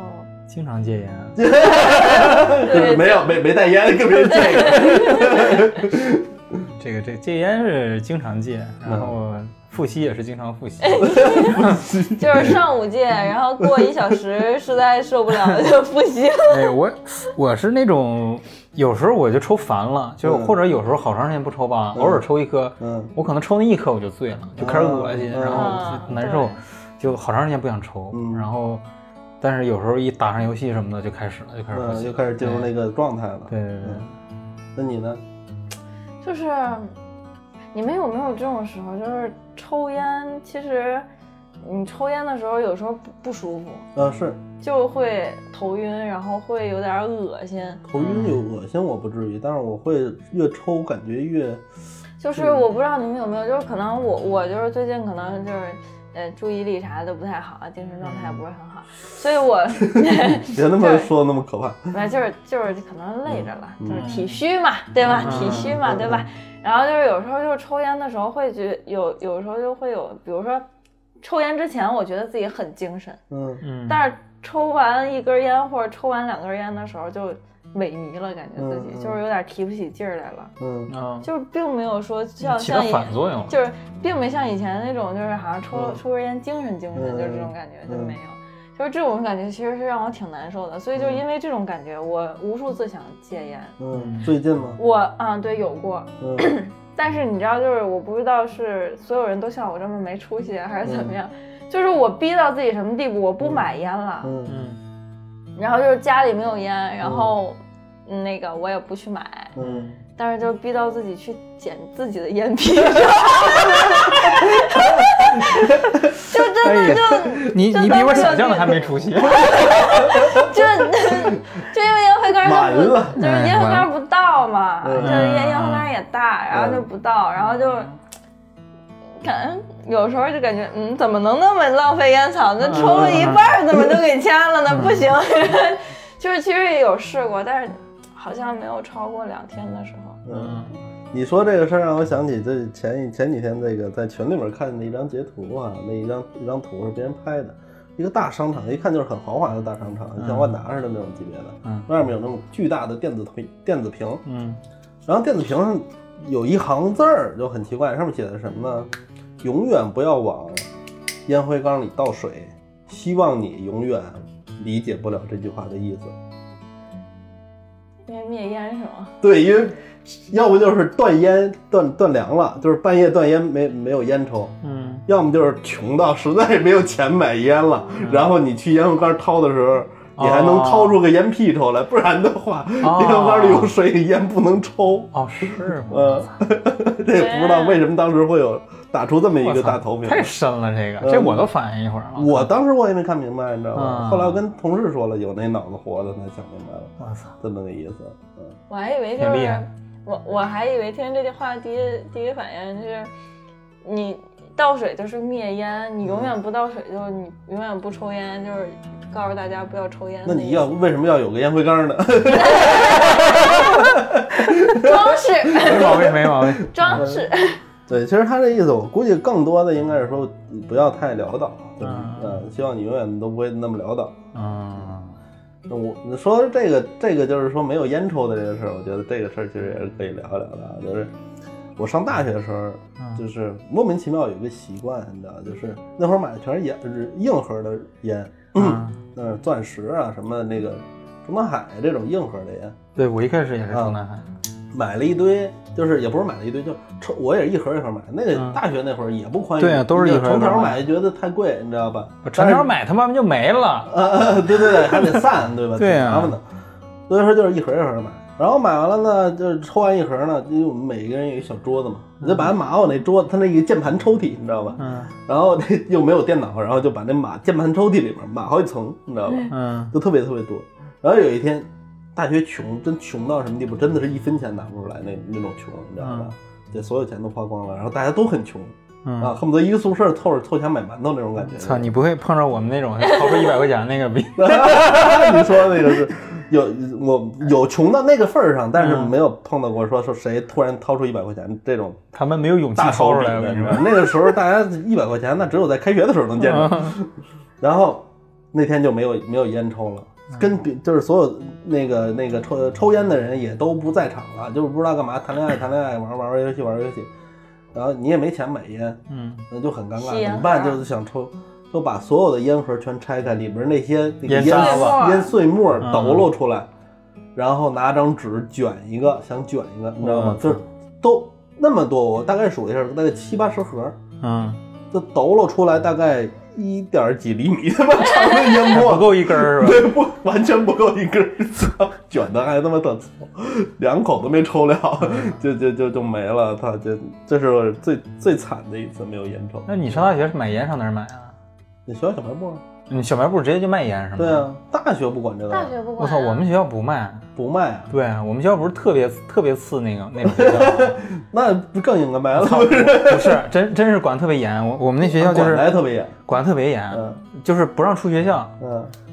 A: 经常戒烟，啊
C: 对，
B: 没有，没没带烟，更别戒了。
A: 这个这戒烟是经常戒，然后复吸也是经常复吸，
C: 哎就是上午 戒，然后过一小时实在受不了了就复习 了。
A: 哎，我我是那种有时候我就抽烦了，就
B: 嗯
A: 或者有时候好长时间不抽吧，偶尔抽一颗，
B: 嗯
A: 我可能抽那一颗我就醉了，就开始恶心，
B: 嗯
A: 然后
C: 嗯
A: 就难受
C: 对。
A: 就好长时间不想抽，
B: 嗯
A: 然后但是有时候一打上游戏什么的就开始了，就开始喝
B: 嗯，
A: 酒
B: 就开始进入那个状态了。
A: 对对对对
B: 嗯那你呢？
C: 就是你们有没有这种时候？就是抽烟，其实你抽烟的时候有时候不不舒服，
B: 啊，是
C: 就会头晕，然后会有点恶心。
B: 头晕有恶心，我不至于，但是我会越抽感觉越
C: 就是我不知道你们有没有，就是可能我我就是最近可能就是。呃，注意力啥的不太好，啊精神状态不是很好，所以我
B: 别那么说那么可怕。
C: 那就是就是可能累着了，就是
A: 嗯
C: 体虚嘛，对吧？
A: 嗯
C: 体虚嘛，
B: 嗯
C: 对吧？然后就是有时候就是抽烟的时候会觉有有时候就会有，比如说抽烟之前我觉得自己很精神，
B: 嗯，
A: 嗯，
C: 但是抽完一根烟或者抽完两根烟的时候就萎靡了，感觉自己
B: 嗯嗯
C: 就是有点提不起劲儿来了，
B: 嗯
A: 嗯，
C: 就是并没有说像
A: 起了
C: 像以
A: 反作用了，
C: 就是并没像以前那种就是好像抽了
B: 嗯
C: 抽根烟精神精神
B: 嗯
C: 就是这种感觉
B: 嗯
C: 就没有。就是这种感觉，其实是让我挺难受的，所以就因为这种感觉，我无数次想戒烟。
B: 嗯，最近吗？
C: 我啊、对，有过，
B: 嗯
C: 但是你知道，就是我不知道是所有人都像我这么没出息，还是怎
B: 嗯
C: 么样，就是我逼到自己什么地步，我不买烟了，
B: 嗯
A: 嗯
C: 然后就是家里没有烟，然后、嗯那个我也不去买，
B: 嗯，
C: 但是就逼到自己去捡自己的 烟屁，就真
B: 哎
C: 的就。
A: 你
C: 就
A: 你比
C: 当
A: 我
C: 时
A: 想象的
C: 就
A: 还没出息，
C: 就就因为烟灰缸
B: 满
C: 它不
B: 了
C: 就是烟灰缸不到嘛，
B: 嗯
C: 就是烟烟灰缸也大，然后就不到，然后就感有时候就感觉嗯，怎么能那么浪费烟草？那抽了一半儿怎么就给掐了呢？不行，
B: 嗯
C: 就是其实也有试过，但是好像没有超过两天的时候。
B: 嗯，你说这个事儿让我想起这前一前几天这个在群里面看的一张截图啊，那一张一张图是别人拍的，一个大商场，一看就是很豪华的大商场，像万达似的那种级别的，
A: 嗯
B: 外面有那种巨大的电子屏电子屏，
A: 嗯
B: 然后电子屏上有一行字儿就很奇怪，上面写的什么呢？永远不要往烟灰缸里倒水，希望你永远理解不了这句话的意思。
C: 因为灭烟是吗？
B: 对，因为要不就是断烟断断粮了，就是半夜断烟没没有烟抽；
A: 嗯
B: 要么就是穷到实在没有钱买烟了，然后你去烟灰缸掏的时候。你还能掏出个烟屁抽来，不然的话，烟
A: 哦
B: 灰缸里有水，烟不能抽。
A: 哦是吗
B: 呃？，这也不知道为什么当时会有打出这么一
A: 我
B: 个
A: 操
B: 大投屏。
A: 太深了，这个
B: 嗯
A: 这我都反应一会儿了，
B: 我当时我也没看明白，你知道吗？
A: 嗯
B: 后来我跟同事说了，有那脑子活的才想明白了，
A: 我操，
B: 这么个意思。嗯
C: 我还以为就
A: 挺厉
C: 是
A: 害
C: 我我还以为听这句话第一第一反应就是你倒水就是灭烟，你永远不倒水就是你永远不抽烟，就是告诉大家不要抽烟。
B: 那你要为什么要有个烟灰缸呢？
C: 装饰
A: 没毛病没毛病，
C: 装饰，
A: 呃
B: 对，其实他这意思，我估计更多的应该是说，不要太潦倒，就是
A: 嗯
B: 嗯，希望你永远都不会那么潦倒。
A: 嗯
B: 那我你说这个这个就是说没有烟抽的这个事儿，我觉得这个事儿其实也是可以聊一聊的啊。就是我上大学的时候，
A: 嗯
B: 就是莫名其妙有一个习惯，你知道，就是那会儿买的全是烟，就是硬盒的烟，
A: 嗯。
B: 嗯，钻石啊什么那个中南海这种硬盒的烟，
A: 对，我一开始也是中南
B: 啊
A: 海，
B: 买了一堆，就是也不是买了一堆，就抽我也是一盒一盒买。那个
A: 嗯
B: 大学那会儿也不宽裕，
A: 对啊都是一盒一盒
B: 成条
A: 买
B: 买觉得太贵，你知道吧？
A: 我陈条
B: 但是
A: 买他妈就没了。
B: 呃，对对对，还得散，对吧？
A: 对
B: 挺
A: 啊
B: 麻烦的。所以说就是一盒一盒买，然后买完了呢，就是抽完一盒呢，因为我们每个人有一小桌子嘛，你就把它码我那桌子，它那一个键盘抽屉，你知道吧？
A: 嗯
B: 然后那又没有电脑，然后就把那码键盘抽屉里边码好 几层，你知道吧？
A: 嗯，
B: 就特别特别多。然后有一天，大学穷，真穷到什么地步，真的是一分钱拿不出来那那种穷，你知道吧？这所有钱都花光了，然后大家都很穷啊，
A: 嗯，
B: 恨不得一个宿舍凑着凑钱买馒头那种感觉。
A: 操，你不会碰上我们那种掏出一百块钱那个逼？
B: 你说的那个是有我有穷到那个份儿上，但是
A: 嗯
B: 没有碰到过说说谁突然掏出一百块钱这种
A: 他们没有勇气
B: 大
A: 掏出
B: 手笔
A: 来，我
B: 的，
A: 跟
B: 你
A: 你说
B: 知道。吗那个时候大家一百块钱那只有在开学的时候能见着。然后那天就没有没有烟抽了，跟别就是所有那个那个抽抽烟的人也都不在场了，就是不知道干嘛，谈恋爱谈恋爱，玩玩玩游戏玩玩游戏，然后你也没钱买烟，
A: 嗯，
B: 那就很尴尬，
C: 吸烟
B: 怎么办？
C: 盒
B: 就是想抽。就把所有的烟盒全拆开，里边那些那个
A: 烟
B: 烟
A: 渣
C: 子
B: 烟碎末
A: 嗯
B: 抖搂出来，然后拿张纸卷一个，想卷一个，你知道吗
A: 嗯？
B: 就是都那么多，我大概数了一下，大概七八十盒，
A: 嗯
B: 就抖搂出来大概一点几厘米他妈长的烟
A: 不
B: 沫，
A: 够一根儿是吧？
B: 对不完全不够一根儿，操，卷的还他妈特粗，两口都没抽了，
A: 嗯
B: 就就就就没了，操，这这是我最最惨的一次没有烟抽。
A: 那你上大学是买盐上哪儿买啊？
B: 你学校小卖部啊？
A: 你小卖部直接就卖盐是吗？
B: 对。啊，大学不管这个，
C: 大学不管、啊
A: 我操，我们学校不卖。
B: 不卖啊，
A: 对我们学校不是特别特别次那个那种学校，
B: 那 不更应该卖了？
A: 不是真真是管得特别严。我我们那学校就
B: 管
A: 是啊
B: 得特别严，
A: 管得特别严，
B: 嗯
A: 就是不让出学校，
B: 嗯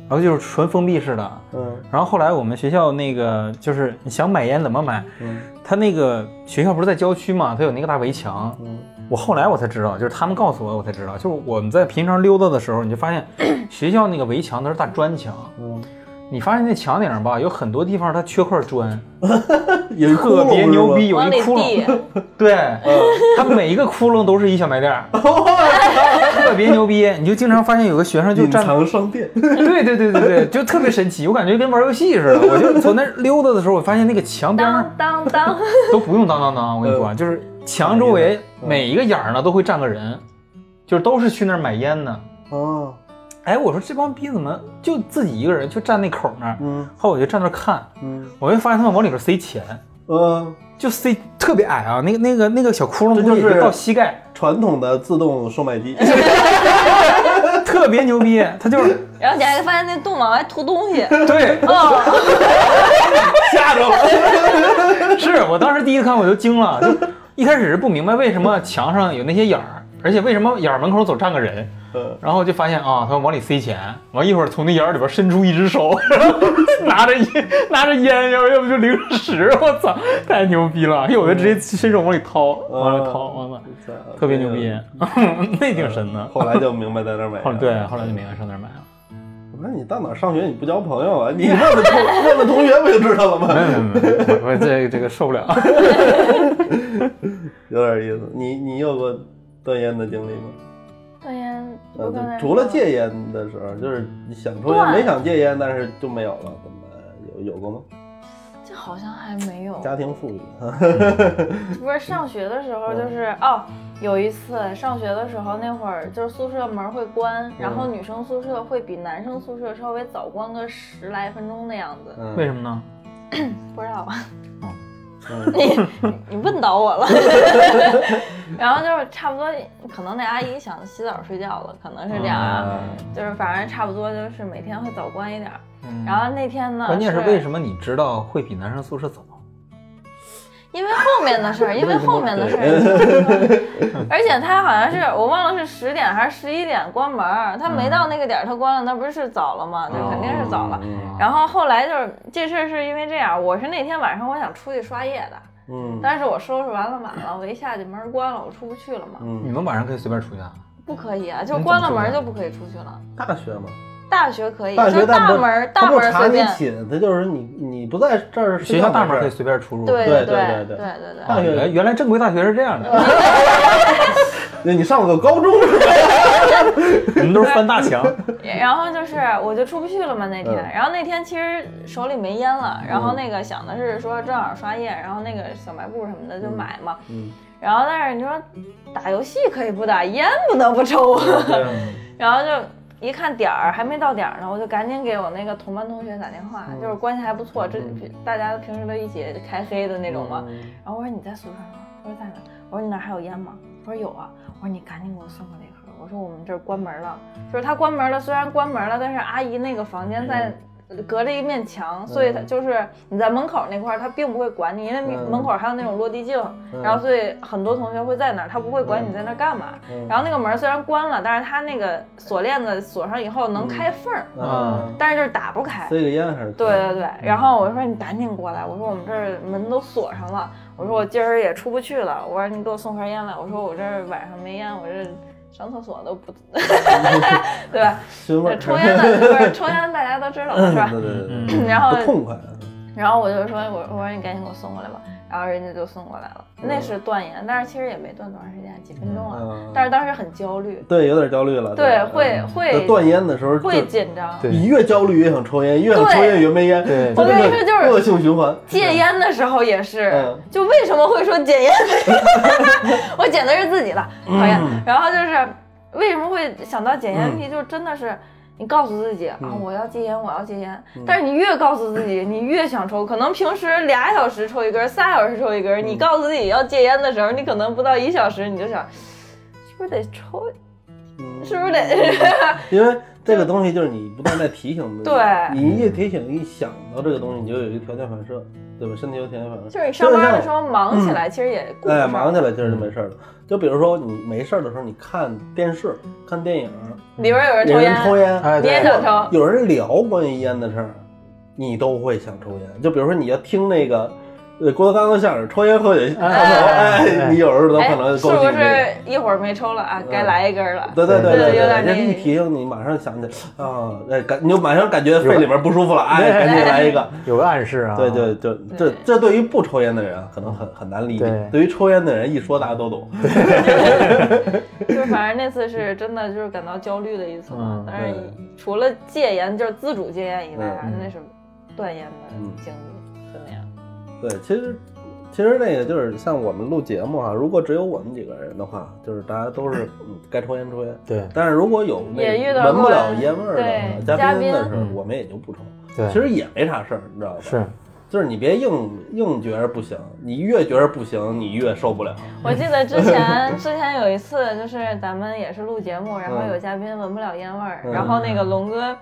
A: 然后就是纯封闭式的。
B: 嗯
A: 然后后来我们学校那个就是你想买烟怎么买？
B: 嗯
A: 他那个学校不是在郊区嘛，他有那个大围墙，
B: 嗯
A: 我后来我才知道，就是他们告诉我，我才知道，就是我们在平常溜达的时候，你就发现 学校那个围墙它是大砖墙，
B: 嗯，
A: 你发现那墙顶上吧，有很多地方它缺块砖，
B: 也是
A: 特别牛逼，有
C: 往
A: 一
C: 里
A: 窟
C: 递
A: 窿，，对，
B: 嗯
A: 它每一个窟窿都是一小卖店 儿，特别牛逼，你就经常发现有个学生就
B: 隐
A: 站
B: 藏商店，
A: 对对对对对， 就特别神奇，我感觉跟玩游戏似 的。我就从那儿溜达的时候，我发现那个墙边儿
C: 当当当，
A: 都不用当当当，我跟你
B: 嗯
A: 说啊，就是墙周围每一个眼儿呢都会站个人，就是都是去那儿买烟的。
B: 哦，
A: 哎，我说这帮逼怎么就自己一个人就站那口那儿？
B: 嗯
A: 后来我就站那儿看，
B: 嗯
A: 我就发现他们往里边塞钱，
B: 嗯。
A: 就塞特别矮啊，那个那个那个小窟窿
B: 这
A: 估
B: 就是
A: 计就到膝盖，
B: 传统的自动 售卖机，
A: 特别牛逼。他就是
C: 然后你还发现那洞往外吐东西，
A: 对，
C: 哦，
B: 吓着了。
A: 是我 当时第一次看我就惊了，就一开始是不明白为什么墙上有那些眼儿，而且为什么眼儿门口总站个人。
B: 嗯
A: 然后就发现啊，他们往里塞钱，完一会儿从那眼儿里边伸出一只手， 然后拿着烟，拿着烟，要不要不就零食，我操，太牛逼了！哎有的直接伸手往里掏，往里掏，我操，特别牛逼， 那挺神的。
B: 呃后来就明白在那儿买
A: 后来
B: 的。
A: 对，后来就没敢上那儿买了。
B: 我说你到哪儿上学你不交朋友啊？你问问同 问问同学不就知道了
A: 没
B: 吗？
A: 有没有没有，我我这这个受不了。
B: 有点意思。你你有过断烟的经历吗？
C: 断烟，
A: 呃
C: 我刚才
B: 嗯，除了
C: 说
B: 戒烟的时候，就是你想抽烟
C: 断
B: 没想戒烟，但是就没有了，怎么办？有有过吗？
C: 这好像还没有，
B: 家庭富裕，嗯
C: 不是上学的时候
A: 嗯
C: 就是、哦，有一次上学的时候那会儿就是宿舍门会关，然
A: 嗯
C: 后女生宿舍会比男生宿舍稍微早关个十来分钟的样子，
B: 嗯
A: 为什么呢？
C: 不知道。
B: 嗯
C: 你 你问倒 我了，然后就是差不多，可能那阿姨想洗澡睡觉了，可能是这样啊，
B: 啊
C: 就是反正差不多就是每天会早关一点儿。
A: 嗯
C: 然后那天呢，
A: 关键
C: 是
A: 是为什么你知道会比男生宿舍早？
C: 因为后面的 事儿，因为后面的事儿， 而且他好像是我忘了是十点还是十一点关门儿，他没到那个点儿他关了，那不是早了
B: 哦
C: 吗？那肯定是早了。
B: 嗯
C: 然后后来就是这事儿是因为这样，我是那天晚上我想出去刷夜的，
B: 嗯
C: 但是我收拾完了晚了，我一下去门儿关了，我出不去了嘛，
A: 你
B: 嗯，
A: 们晚上可以随便出去啊？
C: 不可以啊，就
A: 你怎么
C: 关了门
A: 出
C: 儿
A: 去
C: 就不可以出去了。
B: 大学嘛，
C: 大学可以，
B: 大
C: 就
B: 学
C: 是大
B: 但不
C: 门儿大
B: 他
C: 门
B: 不
C: 儿
B: 查
C: 随
B: 你
C: 便，
B: 寝，他就是你你不在这儿，
A: 学校大门可以随便出入。
C: 对
B: 对对
C: 对
B: 对对
C: 对对。
A: 啊，原原来正规大学是这样的，
B: 以，你上过高中，
A: 你们都是翻大墙。
C: 然后就是我就出不去了嘛那天，
B: 嗯
C: 然后那天其实手里没烟了，然后那个想的是说正好刷夜，然后那个小卖部什么的就买嘛，
B: 嗯，
C: 然后但是你说打游戏可以不打，烟不能不抽啊， 然后就。一看点儿还没到点儿呢，我就赶紧给我那个同班同学打电话，
B: 嗯
C: 就是关系还不错，这大家平时都一起开黑的那种
B: 嗯
C: 嘛。然后我说你在宿舍吗？他说在哪？我说你那儿还有烟吗？他说有啊。我说你赶紧给我送过来一盒。我说我们这儿关门了，就是他关门了，虽然关门了，但是阿姨那个房间在。
B: 嗯
C: 隔着一面墙，所以他就是你在门口那块儿，他并不会管你，因为
B: 嗯
C: 门口还有那种落地镜，
B: 嗯
C: 然后所以很多同学会在那儿，他不会管你在那儿干嘛。
B: 嗯
C: 然后那个门虽然关了，但是他那个锁链子锁上以后能
B: 嗯
C: 开缝儿，
B: 啊，
C: 但是就是打不开。
B: 这个烟还是
C: 对对对，
B: 嗯
C: 然后我说你赶紧过来，我说我们这儿门都锁上了，我说我今儿也出不去了，我说你给我送盒烟来，我说我这儿晚上没烟，我这上厕所 都不，对吧？
B: 熏味
C: 这
B: 儿，
C: 抽烟的不是抽烟，大家都知道是吧
B: 对？对对对，
A: 嗯
C: 然后
B: 不痛快，啊
C: 然后我就说，我我说你赶紧给我送过来吧，然后人家就送过来了，那是断烟，但是其实也没断多长时间，几分钟啊，
B: 嗯嗯，
C: 但是当时很焦虑，
B: 对，有点焦虑了，
C: 对，
B: 嗯
C: 会
B: 就
C: 会
B: 断烟的时候，
C: 会紧张，
A: 对
B: 你越焦虑越想抽烟，越想抽烟越没烟，
A: 对
B: 就
C: 我
B: 这
C: 跟
B: 个
C: 你说就是
B: 恶性循环，
C: 戒烟的时候也是，
B: 嗯
C: 就
B: 嗯
C: 为什么会说戒烟？我捡的是自己的，讨厌。然后就是为什么会想到捡烟屁，就真的是。你告诉自己啊，
B: 嗯
C: 我要戒烟，我要戒烟。但是你越告诉自 己，你越想抽。可能平时俩小时抽一根，仨小时抽一
B: 嗯
C: 根。你告诉自己要戒烟的时候，你可能不到一小时，你就想，是不是得抽？
B: 嗯
C: 是不是得？
B: 因为这个东西就是你不断在提醒自己，
C: 对
B: 你一提醒一想到这个东西，你就有一个条件反射，对吧？身体有条件反射，
C: 就是你上班的时
B: 候，
C: 候忙起来，其实也顾不
B: 哎，
C: 上。
B: 忙起来其
A: 嗯
B: 实就没事儿了。就比如说你没事儿的时候，你看电视、看电影，
C: 里边有人
B: 有
C: 抽
B: 人
C: 烟，
B: 抽烟，
A: 哎
C: 你也
A: 对，
C: 想抽。
B: 有人聊关于烟的事儿，你都会想抽烟。就比如说你要听那个，呃，郭德纲的相声，抽烟喝酒，
A: 哎
B: 哎，
A: 哎
B: 你有时候都
C: 哎
B: 可，能
C: 是
B: 勾起
C: 不
B: 这个。
C: 是一会儿没抽了啊？该
B: 嗯
C: 来一根了。
B: 对对对
A: 对
B: 对，
C: 有点
B: 人家
C: 那
B: 一提醒你，马上想起啊，哎，感你就马上感觉肺里面不舒服了，哎，
A: 对
B: 赶紧来一个。
A: 有个暗示啊。
B: 对对，就这这对于不抽烟的人啊可能很很难理解
A: 对，
B: 对于抽烟的人一说大家都懂。
C: 就是反正那次是真的就是感到焦虑的一次嘛
A: 嗯。
C: 但是
B: 对
C: 除了戒烟，就是自主戒烟以外，
B: 嗯
C: 还是那是断烟的经历，就那样。
B: 对，其实其实那个就是像我们录节目哈，如果只有我们几个人的话，就是大家 都是嗯该抽烟抽烟。
A: 对
B: 但是如果有那
C: 也遇到
B: 闻不
C: 过
B: 了烟味儿
C: 对
B: 的嘉
C: 嘉
B: 宾
C: 宾
B: 的时候，
A: 嗯
B: 我们也就不抽。
A: 对，
B: 其实也没啥事儿，你知道吧？
A: 是，
B: 就是你别硬硬觉着不行，你越觉着不行，你越受不了。
C: 我记得之前之前有一次，就是咱们也是录节目，然后
B: 嗯
C: 有嘉宾闻不了烟味儿，
B: 嗯
C: 然后那个龙哥。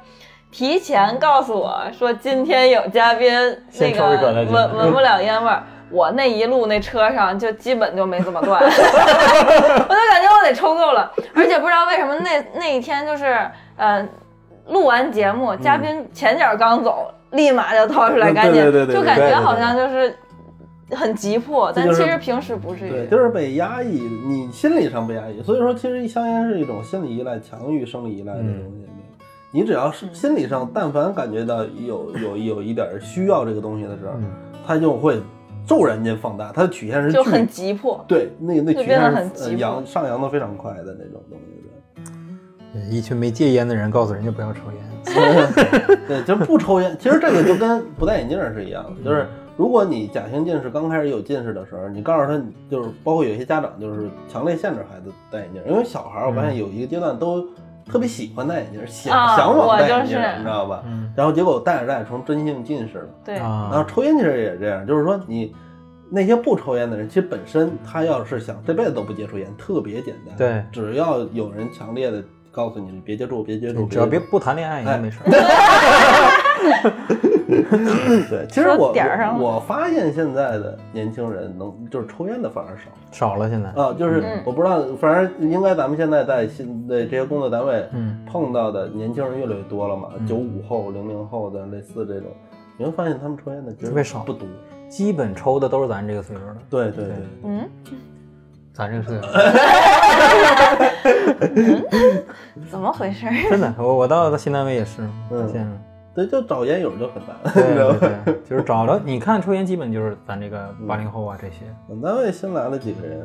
C: 提前告诉我说今天有嘉宾那
A: 先抽一口
C: 个
A: 再进
C: 闻闻不了烟味儿，我那一路那车上就基本就没怎么 断，我就感觉我得抽够了，而且不知道为什么那那一天就是呃录完节目，嘉宾前脚刚走，立马就掏出来，
B: 嗯
C: 赶紧
B: 对对对对
C: 就感
A: 对
C: 觉
A: 对对
C: 好像就是很急迫，
B: 这
C: 但
B: 就是
C: 其实平时不至于。
B: 对，就是被压抑，你心理上被压抑。所以说，其实香烟是一种心理依赖强于生理依赖的东西。你只要
C: 嗯
B: 是心理上，但凡感觉到有有有一点需要这个东西的时候，
A: 嗯
B: 它就会骤然间放大，它的曲线是
C: 就
B: 巨
C: 很急迫。
B: 对，那那
C: 就
B: 曲
C: 变得
B: 线
C: 很
B: 是呃
C: 急迫
B: 扬上扬的非常快的那种东西。对。
A: 一群没戒烟的人告诉人家不要抽烟。
B: 对，就是不抽烟。其实这个就跟不戴眼镜儿是一样的，
A: 嗯
B: 就是如果你假性近视刚开始有近视的时候，你告诉他，你就是包括有些家长就是强烈限制孩子戴眼镜儿，因为小孩儿我发
A: 嗯
B: 现有一个阶段都特别喜欢戴眼镜儿，想、
C: 啊
B: 想往
C: 我
B: 戴眼
C: 就
B: 镜儿，
C: 是
B: 你知道吧？
A: 嗯
B: 然后结果戴着戴着成真性近视了。
C: 对，
A: 啊，
B: 然后抽烟其实也是这样，就是说你那些不抽烟的人，其实本身他要是想这辈子都不接触烟，特别简单。
A: 对
B: 只要有人强烈的告诉你别接触，别接触，
A: 只要
B: 接
A: 别
B: 触
A: 不谈恋爱，应该没事儿。
B: 对，其实我
C: 说点儿上了
B: 我我发现现在的年轻人能就是抽烟的反而少
A: 少了现在。
B: 啊，就是
C: 嗯
B: 我不知道，反正应该咱们现在在新的这些工作单位
A: 嗯
B: 碰到的年轻人越来越多了嘛，
A: 嗯
B: 九五后、零零后的类似这种，你会发现他们抽烟的其实
A: 特别少
B: 不多。
A: 基本抽的都是咱这个岁数的，
B: 对对对
A: 对，
C: 嗯，
A: 咱这个岁数
C: 怎么回事？
A: 真的，我我到新单位也是
B: 嗯
A: 发现 了，
B: 对，就找烟友就很难，
A: 对
B: 你知道
A: 对
B: 吗？
A: 对，就是找着你看抽烟，基本就是咱这个
B: 嗯
A: 八零后啊这些，
B: 我们单位新来了几个人，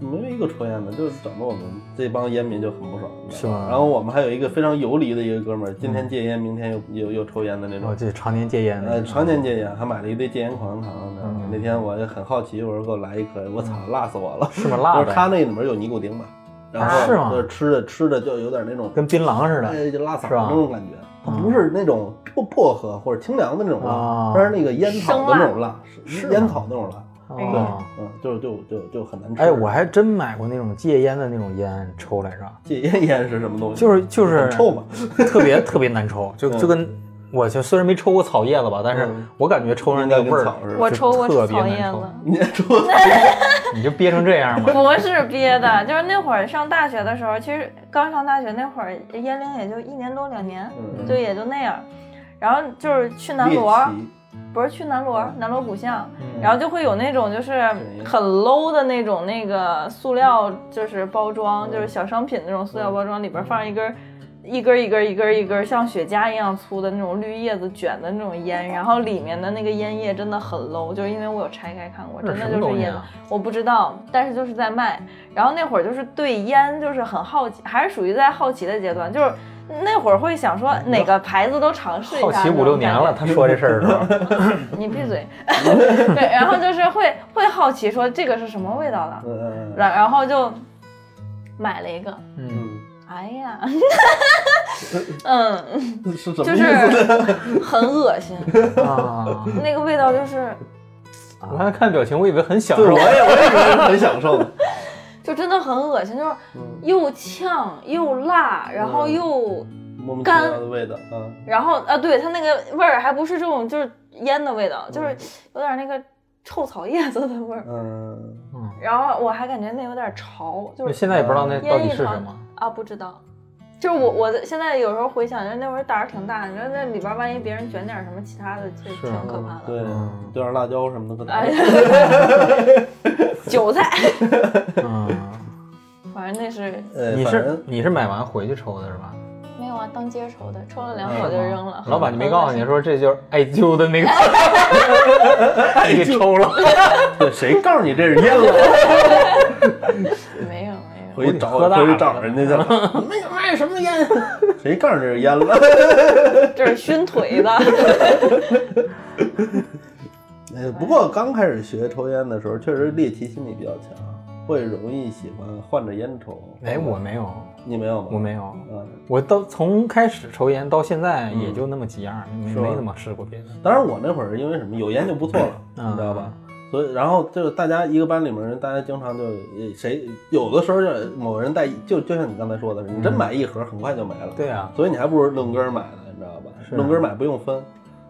B: 没有一个抽烟的，就是整得我们这帮烟民就很不爽，你知道
A: 是吗
B: 然后我们还有一个非常游离的一个哥们儿，今天戒烟，明天又又又抽烟的那
A: 然后
B: 种，
A: 就常年戒烟的，
B: 呃，常年戒烟，还买了一堆戒烟口香糖，你知道吗
A: 嗯？
B: 那天我就很好奇，我说给我来一颗，我操，辣死我了！
A: 是吗？
B: 就
A: 辣
B: 是他
A: 呗，
B: 那里面有尼古丁嘛，然
A: 啊是吗
B: 后就是吃着吃着就有点那种
A: 跟槟榔似的，
B: 哎，就拉嗓
A: 是吧嗯
B: 那种感觉，它不是那种薄薄荷或者清凉的那种辣
A: 啊，
B: 它是那个烟草的那种辣，
A: 是吗
B: 烟草那种辣，
A: 哦，
B: 嗯，就就就就很难吃。
A: 哎，我还真买过那种戒烟的那种烟抽来着，
B: 戒烟烟是什么东西？
A: 就是就是
B: 很臭嘛，
A: 特别特别难抽，就就跟我就虽然没抽过草叶子吧，但是
B: 嗯
A: 我感觉抽上那个
B: 应该
A: 味
B: 跟
A: 儿
B: 草似的
C: 我抽过
A: 特别
C: 草
A: 难
C: 烟
A: 抽
C: 了，
B: 你说
A: 你就憋成这样 吗？
C: 不是憋的，就是那会儿上大学的时候，其实刚上大学那会儿，烟龄也就一年多两年，
B: 嗯
C: 就也就那样。然后就是去南
B: 猎
C: 锣，
B: 奇，
C: 不是去南锣，南锣鼓巷，
A: 嗯
C: 然后就会有那种就是很 low 的那种那个塑料，就是包装，就是小商品那种塑料
A: 嗯
C: 包装，里边放一根。一根一根一根一根像雪茄一样粗的那种绿叶子卷的那种烟，然后里面的那个烟叶真的很 low，就是因为我有拆开看过，
A: 这
C: 真
A: 是
C: 的
A: 什么
C: 就是
A: 东西
C: 烟，
A: 啊？
C: 我不知道，但是就是在卖。然后那会儿就是对烟就是很好奇，还是属于在好奇的阶段，就是那会儿会想说哪个牌子都尝试一下。
A: 好奇五六年了，，他说这事儿是吧？
C: 你闭嘴。
B: 嗯
C: 对，然后就是会会好奇说这个是什么味道的，
B: 嗯嗯嗯
C: 然然后就买了一个
A: 嗯
B: 嗯，
C: 啊，啥呀？嗯，
B: 是什么
C: 就
B: 意
C: 是
B: 思呢？
C: 很恶心，
B: 嗯
A: 啊！
C: 那个味道就是
A: 我刚才看表情，我以为很 享
B: 对，
A: 受
B: 我。也我也以为是很享受的。
C: 就真的很恶心，就是
B: 嗯，
C: 又呛又辣，然后
B: 嗯
C: 又
B: 莫名其
C: 干
B: 妙的味道啊，
C: 然后啊，对它那个味儿还不是这种就是烟的味道，就是有点那个臭草叶子的味儿。
B: 嗯，
A: 嗯，
C: 然后我还感觉那有点潮，就
A: 就是现在也不知道那到底是什么。
C: 啊，不知道。嗯就是我，我的现在有时候回想，就是那会儿胆儿挺大，你说那里边儿万一别人卷点儿什么其他的，其实
A: 是啊
C: 挺可怕的。
B: 对
A: 嗯，
B: 就让辣椒什么的搁
C: 哎
B: 那。
C: 呀，韭菜，
A: 嗯，
C: 反正那是
B: 呃
A: 你
B: 反
A: 是
B: 正
A: 你是买完回去抽的是吧？
C: 没有啊，当街抽的，抽了两口就扔了。
A: 嗯老板就没告诉你
C: 很
A: 说
C: 恶心，
A: 这就是艾灸的 那个， 你给抽了。
B: 对谁告诉你这是烟了？
C: 没有没有，
B: 回去找
A: 喝大
B: 回
A: 了
B: 去找人家去了。哎
A: 没有卖什么烟。
B: 谁告诉你这是烟了？
C: 这是熏腿的。
B: 哎，不过刚开始学抽烟的时候，确实猎奇心理比较强，会容易喜欢换着烟抽。
A: 哎，我没有，
B: 你没有吗？
A: 我没有。
B: 啊，
A: 我到从开始抽烟到现在也就那么几样，没
B: 嗯是吧
A: 没怎么试过别的。
B: 当然我那会儿因为什么有烟就不错了，
A: 嗯
B: 你知道吧？所以然后就是大家一个班里面人，大家经常就呃谁有的时候就某人带就就像你刚才说的，你真买一盒很快就没了，
A: 嗯对啊，
B: 所以你还不如论根儿买呢，你知道吧？
A: 是啊
B: 论根儿买不用分，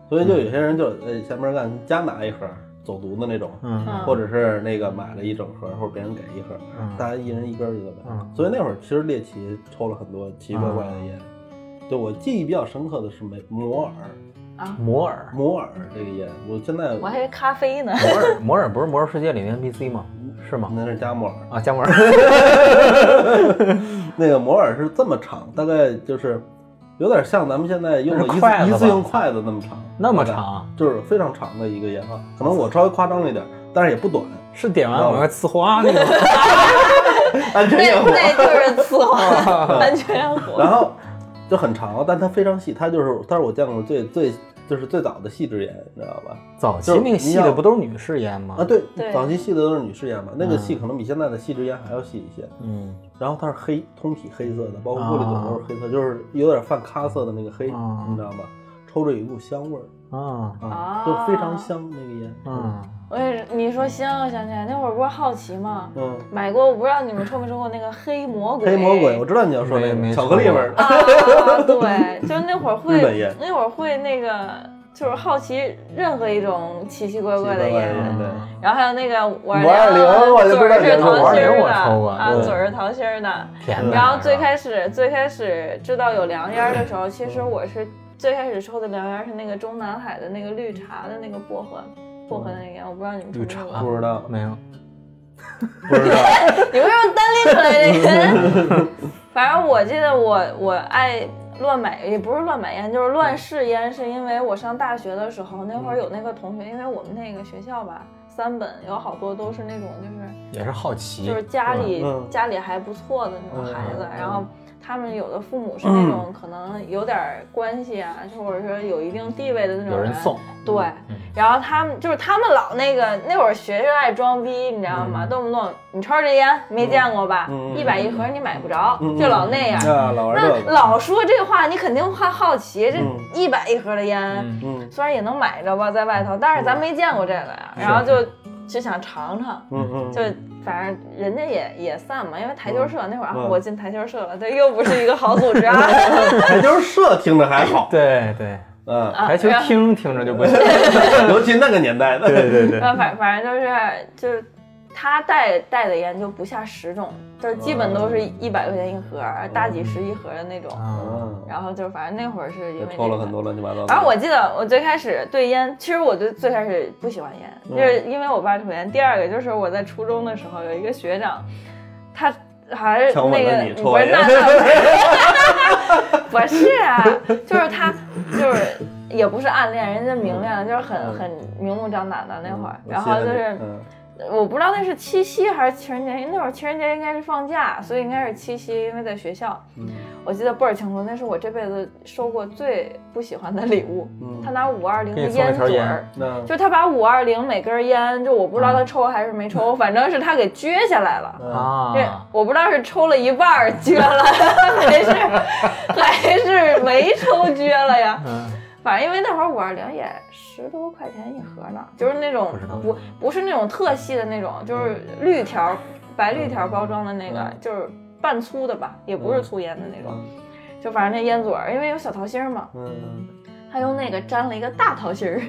B: 所以就有些人就呃下班干家拿一盒走读的那种，
A: 嗯
B: 或者是那个买了一整盒或者别人给一盒，
A: 嗯
B: 大家一人一根儿一个呗。
A: 嗯
B: 所以那会儿其实猎奇抽了很多奇奇怪怪的烟。对我记忆比较深刻的是没摩尔，
A: 摩尔，
B: 摩尔这个烟，我现在
C: 我还以为咖啡 呢。
A: 摩尔，摩尔不是《魔兽世界》里面 NPC 吗？是吗？
B: 那是加摩尔，
A: 啊，加摩 尔。
B: 那个摩尔是这么长，大概就是有点像咱们现在用的
A: 那
B: 一
A: 是筷
B: 次
A: 子吧
B: 一次性筷子那么长，
A: 那么
B: 大概，
A: 长，
B: 就是非常长的一个烟啊。可能我稍微夸张了一点，但是也不短，
A: 是点完往外呲花那个 吗？
B: 安
C: 那
B: 全烟火。
C: 那就是呲 花，完全火。
B: 然后就很长，但它非常细，它就是它是我见过最最就是最早的细枝烟，你知道吧？
A: 早期那个细的不都是女士烟吗？
B: 啊，，对，
C: 对
B: 早期细的都是女士烟嘛，那个
A: 嗯
B: 细可能比现在的细枝烟还要细一些。
A: 嗯，
B: 然后它是黑，通体黑色的，包括玻璃嘴都是黑色，就是有点泛咖色的那个黑，
A: 啊
B: 你知道吧？抽着有一股香味儿
A: 啊，
B: 啊
C: 啊，
B: 就非常香那个烟。
A: 嗯，
C: 我也是，你说香，我想起来那会儿不是好奇吗？
B: 嗯，
C: 买过，我不知道你们抽没抽过那个黑魔鬼。
B: 黑魔鬼，我知道你要说那
A: 没
B: 个
A: 没
B: 巧克力味儿的，
C: 啊， 对，就那会儿会
B: 日本烟，
C: 那会儿会那个，就是好奇任何一种奇奇怪怪的
B: 奇怪怪的
C: 烟
B: 烟。对
C: 然后还有那个五
B: 520我就不
C: 嘴
B: 知道
C: 儿
B: 你在
C: 是
B: 说
C: 桃心
A: 520
C: 儿的
A: 我抽过
C: 啊，
A: 对
C: 嘴儿是桃心儿的。
A: 甜的。
C: 然后最开始最开始知道有凉烟儿的时候，其实我是最开始抽的凉烟儿是那个中南海的那个绿茶的那个薄荷。薄荷的那个烟，我不知道你们
A: 绿
C: 抽没抽过
A: 茶
B: 不知道，
A: 没有，
B: 不 知道。
C: 你为什么单拎出来这个？反正我记得我我爱乱买，也不是乱买烟，就是乱试烟，是因为我上大学的时候，那会儿有那个同学，因为我们那个学校吧，三本有好多都是那种就是
A: 也是好奇，
C: 就是家里
B: 嗯
C: 家里还不错的那种孩子
B: 嗯嗯，
C: 然后。他们有的父母是那种可能有点儿关系啊，或者说有一定地位的那种
A: 有人送，
B: 嗯
C: 对，然后他们就是他们老那个那会儿学生爱装逼，你知道吗？动不动你抽这烟没见过吧
B: 嗯嗯嗯？嗯
C: 一百一盒你买不着
B: 嗯嗯，
C: 就老那样。
B: 啊，老玩这
C: 那
B: 个，
C: 老说这话，你肯定会好奇，这
B: 嗯
C: 一百一盒的烟，
A: 嗯，
B: 嗯
C: 虽然也能买着吧，在外头，但是咱没见过这个呀，然后就就想尝尝。
B: 嗯嗯，
C: 就反正人家也也散嘛，因为台球社那会儿啊
B: 嗯
C: 我进台球社了，对，又不是一个好组 织啊。
B: 台球社听着还 好，
A: 对对，
B: 嗯，
C: 啊
A: 台球
C: 然后
A: 厅听着就不行。
B: 尤其那个年代的，对 对对
C: 那呃反反正就是就是他带带的烟就不下十种，就是基本都是一百块钱一盒，大几十一盒的那种。
A: 啊，
B: 嗯，
C: 然后就反正那会儿是因
B: 也
C: 为这个
B: 抽了很。多乱七八糟的。
C: 反啊正我记得我最开始对烟，其实我就最开始不喜欢烟，
B: 嗯
C: 就是因为我爸抽烟。第二个就是我在初中的时候有一个学长，他还是
B: 强吻
C: 那
B: 了
C: 个
B: 你抽
C: 不
B: 完
C: 是
B: 烟
C: 那那 不是啊，就是他就是也不是暗恋，人家明恋，就是很很明目张胆的那会儿。
B: 嗯我
C: 然后
B: 歇
C: 就
B: 了
C: 是
B: 你嗯
C: 我不知道那是七夕还是情人节，那会儿情人节应该是放假，所以应该是七夕，因为在学校。
B: 嗯
C: 我记得倍儿清楚，那是我这辈子收过最不喜欢的礼物。
B: 嗯
C: 他拿五二零
A: 给你
C: 的
A: 送了
C: 烟
A: 条
C: 嘴
A: 烟嗯
C: 儿，
B: 那嗯
C: 就他把五二零每根烟，就我不知道他抽还是没抽，反正是他给撅下来了。
B: 啊，
C: 对
A: 啊，，
C: 我不知道是抽了一半儿撅了， 还是还是没抽撅了呀。
A: 嗯，
C: 反正因为那会儿五二零也十多块钱一盒呢，就是那种
A: 不知道嗯
C: 不不是那种特细的那种，就是绿条儿白绿条儿包装的那个
B: 嗯，
C: 就是半粗的吧，也
A: 嗯
C: 不是粗烟的那种，就反正那烟嘴儿，因为有小桃心儿嘛，
B: 嗯，
C: 他用那个粘了一个大桃心儿，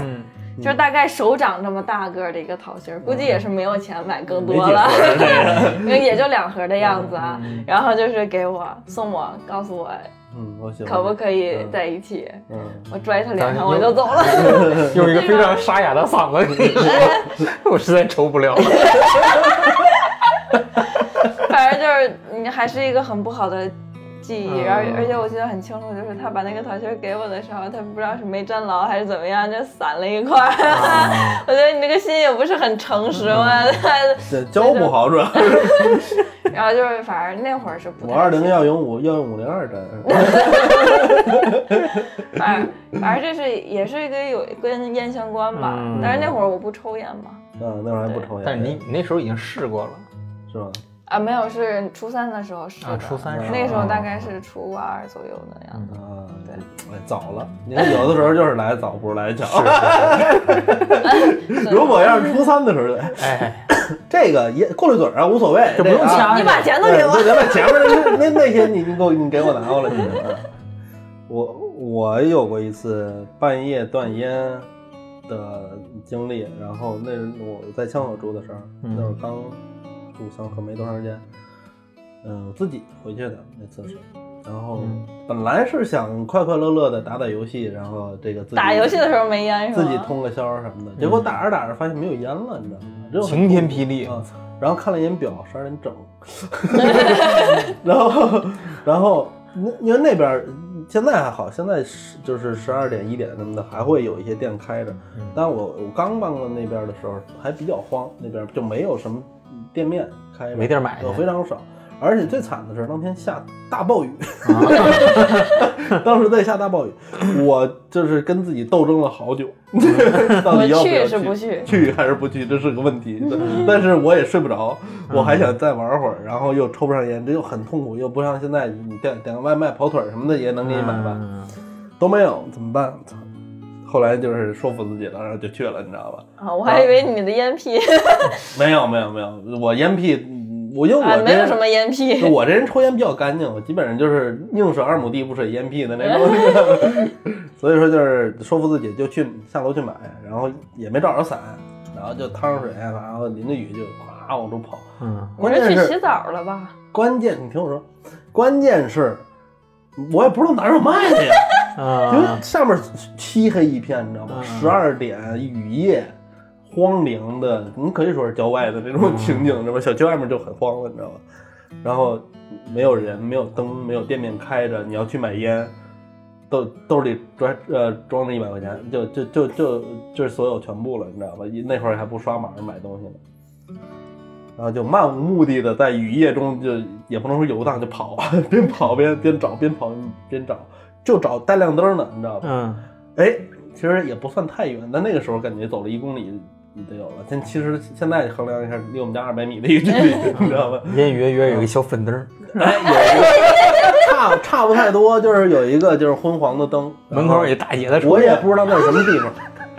A: 嗯，
C: 就是大概手掌这么大个儿的一个桃心儿，估计也是没有钱买更多了， 因为也就两盒的样子啊。然后就是给我送我，告诉我哎
B: 嗯，我喜欢，
C: 可不可以在一起，
B: 嗯，
C: 我拽他
A: 咱
C: 脸上
A: 有
C: 我就走了。
A: 用一个非常沙哑的嗓子跟你 说，我实在受不了了。
C: 反正就是你还是一个很不好的记忆，
A: 嗯
C: 然后而且我记得很清楚，就是他把那个桃心儿给我的时候，他不知道是没粘牢还是怎么样，就散了一块儿。 我觉得你这个心也不是很诚实嘛。
B: 这教不好主要是。
C: 然后就是反正那会儿是不
B: 五
C: 太
B: 二零要用五要用五零二 针，
C: 反正反正这是也是一个有跟烟相关吧，
A: 嗯
C: 但是那会儿我不抽烟嘛，
B: 嗯，那会儿还不抽烟，
A: 但是你你那时候已经试过了
B: 是吧？
C: 啊没有是初三的时候是的，
A: 啊，初三
B: 时
A: 试
B: 候
C: 那时候大概是初二左右的样子，
B: 啊，哎，早了。你看，有的时候就是来早， 不如来巧。 如果要是初三的时候，哎
A: 哎，
B: 这个也过滤嘴儿啊，无所谓，
A: 就不用
B: 这个啊
A: 掐
C: 你把钱都给我
B: 对，，对咱把前面那那那些你你给我你给我拿过来，你啊我我有过一次半夜断烟的经历，然后那是我在枪口住的时候，
A: 嗯
B: 那会儿刚住枪口没多长时间，嗯、我自己回去的那次是，然后
A: 嗯
B: 本来是想快快乐乐的打打游戏，然后这个自己
C: 打游戏的时候没烟是
B: 自
C: 吗？
B: 己通个宵什么
A: 嗯
B: 的，结果打着打着发现没有烟了，你知道吗？只有很
A: 哎晴天霹雳，
B: 啊，然后看了眼表，十 二点整，然后然后那因为那边儿现在还好，现在是就是十二点一点什么的还会有一些店开着，
A: 嗯
B: 但我我刚搬过那边的时候还比较荒，那边就没有什么店面开着，
A: 没地儿买去
B: 呃非常少。而且最惨的是当天下大暴雨，
A: 啊
B: 当时在下大暴雨，我就是跟自己斗争了好 久，到
C: 我
B: 底要不要
C: 去是不去？
B: 去还是不去，这是个问
C: 嗯
B: 题。对但是我也睡不着，我还想再玩会儿，然后又抽不上烟，这又很痛苦，又不像现在你点点个外卖、跑腿儿什么的也能给你买吧，
A: 嗯
B: 都没有，怎么办？操！后来就是说服自己了，然后就去了，你知道吧？
C: 啊，我还以为你的烟屁
B: 没有，没有，没有，我烟屁，嗯我因为我
C: 啊，
B: 这
C: 没有什
B: 人。
C: 么 烟屁，
B: 我这人抽烟比较干净，我基本上就是宁舍二亩地不舍烟屁的那种， 所以说就是说服自己就去下楼去买，然后也没找着伞，然后就趟上水，啊然后淋着雨就咵往出跑，
A: 嗯，
C: 你
B: 关键
C: 是去
B: 是
C: 洗澡了吧？
B: 关键，你听我说，关键是，我也不知道哪儿有卖的呀，因为
A: 啊，
B: 上面漆黑一片，你知道吗？
A: 嗯
B: 十二点雨夜，荒凉的，你可以说是郊外的那种情景，知道吧？小区外面就很荒了，你知道吗？然后没有人，没有灯，没有店面开着，你要去买烟。兜兜里装呃装着一百块钱，就就就就就是所有全部了，你知道吧？那会儿还不刷码买东西呢，然后就漫无目的的在雨夜中就也不能说游荡，就跑， 边跑边边找，边跑边找，就找带亮灯的，你知道吧？
A: 嗯，
B: 哎，其实也不算太远，但那个时候感觉走了一公里你得有了。但其实现在衡量一下，离我们家二百米的一个距离，你知道吧？
A: 隐隐约约有一个小粉灯儿，
B: 哎，有一个差差不太多，就是有一个就是昏黄的灯，
A: 门口有一大爷在抽
B: 哦我也
A: 烟
B: 不知道那是什么地方。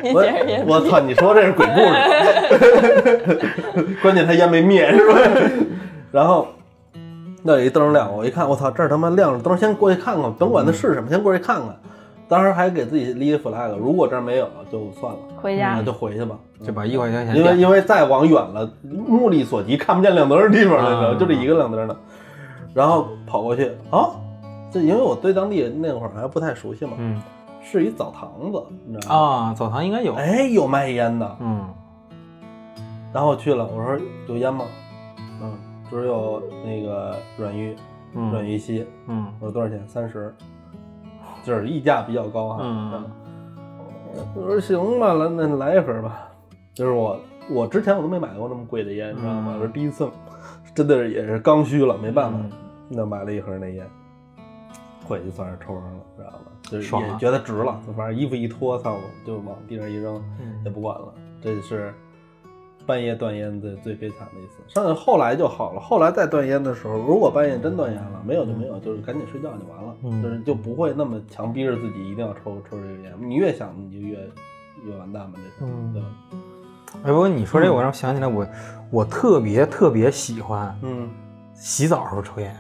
C: 你
B: 我
C: 竟然烟屁，
B: 我操！你说这是鬼故事，关键他烟没灭是吧？然后那有一灯亮，我一看，我操，这儿他妈亮着灯，先过去看看，甭管它是什么，先过去看看。当时还给自己立 flag，如果这儿没有就算了，
C: 回家
A: 嗯
B: 那就回去吧。
A: 就把一块钱钱
B: 因为
A: 给
B: 因为再往远了，目力所及看不见亮灯的地方了，你知道
A: 啊
B: 吗，就这一个亮灯的。然后跑过去啊，这因为我对当地那会儿还不太熟悉嘛，
A: 嗯
B: 是一澡堂子，你知道吗？
A: 啊，澡堂应该有，
B: 哎，有卖烟的，
A: 嗯
B: 然后我去了，我说有烟吗？嗯，只有那个软玉，软
A: 嗯
B: 玉溪。
A: 嗯
B: 我说多少钱？三十，就是溢价比较高啊。
A: 嗯
B: 我说行吧，来那来一盒吧。就是我我之前我都没买过那么贵的烟，你知道
A: 嗯
B: 吗？是第一次，真的是也是刚需了，没办法，
A: 嗯
B: 那买了一盒那烟，回去算是抽上了，知道吗？就是
A: 爽
B: 也
A: 啊
B: 觉得值了，反正衣服一脱，操，就往地上一扔，
A: 嗯
B: 也不管了。这是半夜断烟的最悲惨的一次。上来后来就好了，后来再断烟的时候，如果半夜真断烟了，没有就没有，就是赶紧睡觉就完了，
A: 嗯
B: 就是就不会那么强逼着自己一定要抽抽这个烟。你越想你就越越完蛋吧，这事儿
A: 嗯
B: 对吧？
A: 哎，不过你说这，我让我想起来，我我特别特别喜欢
B: 嗯，
A: 洗澡时候抽烟，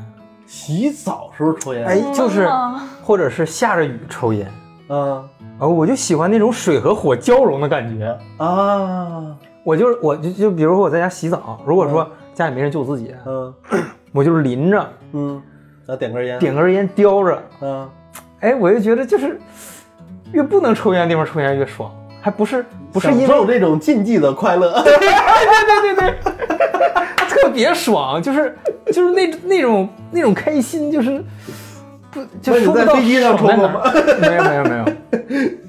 B: 洗澡时候抽烟，
A: 哎，就是
C: 真的
A: 或者是下着雨抽烟，
B: 嗯
A: 啊，我就喜欢那种水和火交融的感觉。
B: 啊，
A: 我就是我就就比如说我在家洗澡，如果说家里没人就我自己，
B: 嗯
A: 我就是淋着
B: 嗯，然后点根烟，
A: 点根烟叼着，
B: 嗯。
A: 哎，我就觉得就是越不能抽烟的地方抽烟越爽，还不是不是因为
B: 享受这种禁忌的快乐，
A: 对对对对， 特别爽，就是就是那那种那种开心，就是不就
B: 那你
A: 说不
B: 在
A: 到
B: 飞机上
A: 爽在
B: 抽过
A: 哪儿 没有没有没有，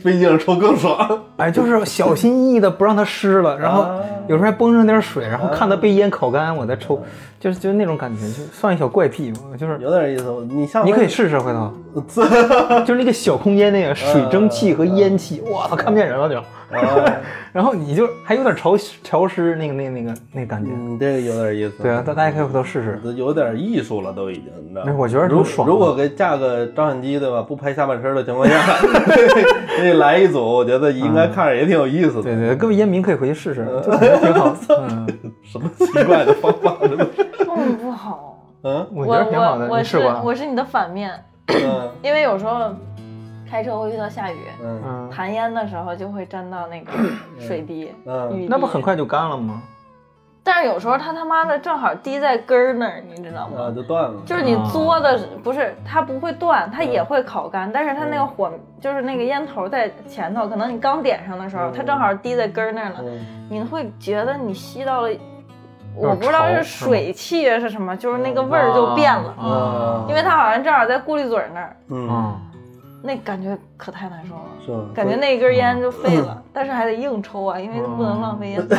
B: 飞机上抽更爽。
A: 哎，就是小心翼翼的不让它湿了，然后
B: 啊
A: 有时候还崩上点水，然后看它被烟烤干，我再抽，就是就是那种感觉，就算一小怪癖嘛，就是
B: 有点意思，你下回
A: 你可以试试回头，就是那个小空间那个水蒸气和烟气，哇操，看不见人了就。
B: 啊，
A: 然后你就还有点潮潮湿那个那个那个那个感觉，
B: 你嗯这个有点意思。
A: 对啊，大大家可以回头试试。
B: 都有点艺术了，都已经，你知道吗？
A: 哎我觉得
B: 如
A: 挺爽的
B: 如果给架个照相机，对吧？不拍下半身的情况下， 那来一组，我觉得应该看着也挺有意思的。
A: 嗯对对，各位烟民可以回去试试，就感觉挺好。 嗯，
B: 什么奇怪的方法？真的
C: 嗯不好。
B: 嗯
A: 我觉得挺好的，
C: 我
A: 你试过啊？
C: 我是你的反面，
B: 嗯
C: 因为有时候开车会遇到下雨，
B: 嗯
A: 嗯，
C: 弹烟的时候就会沾到那个水滴、雨
B: 嗯，
C: 滴，
A: 那不很？快就干了吗？
C: 但是有时候它他妈的正好滴在根儿那儿，你知道
B: 啊，
C: 吗？
B: 就断了。
C: 就是你嘬的
A: 啊
C: 不是它不会断，它也会烤干，但是它那个火就是那个烟头在前头，可能你刚点上的时候，
B: 嗯
C: 它正好滴在根儿那儿了，
B: 嗯
C: 你会觉得你吸到了，
A: 点
C: 我不知道
A: 潮
C: 是
A: 是吗嗯
C: 水汽啊是什么，就是那个味儿就变了，
A: 啊
C: 因为它好像正好在顾里嘴儿那儿，
B: 嗯，
A: 啊，
C: 那感觉可太难受了。
B: 是吧？
C: 感觉那一根烟就废了，但是还得硬抽啊，因为
B: 嗯
C: 不能 浪费烟草。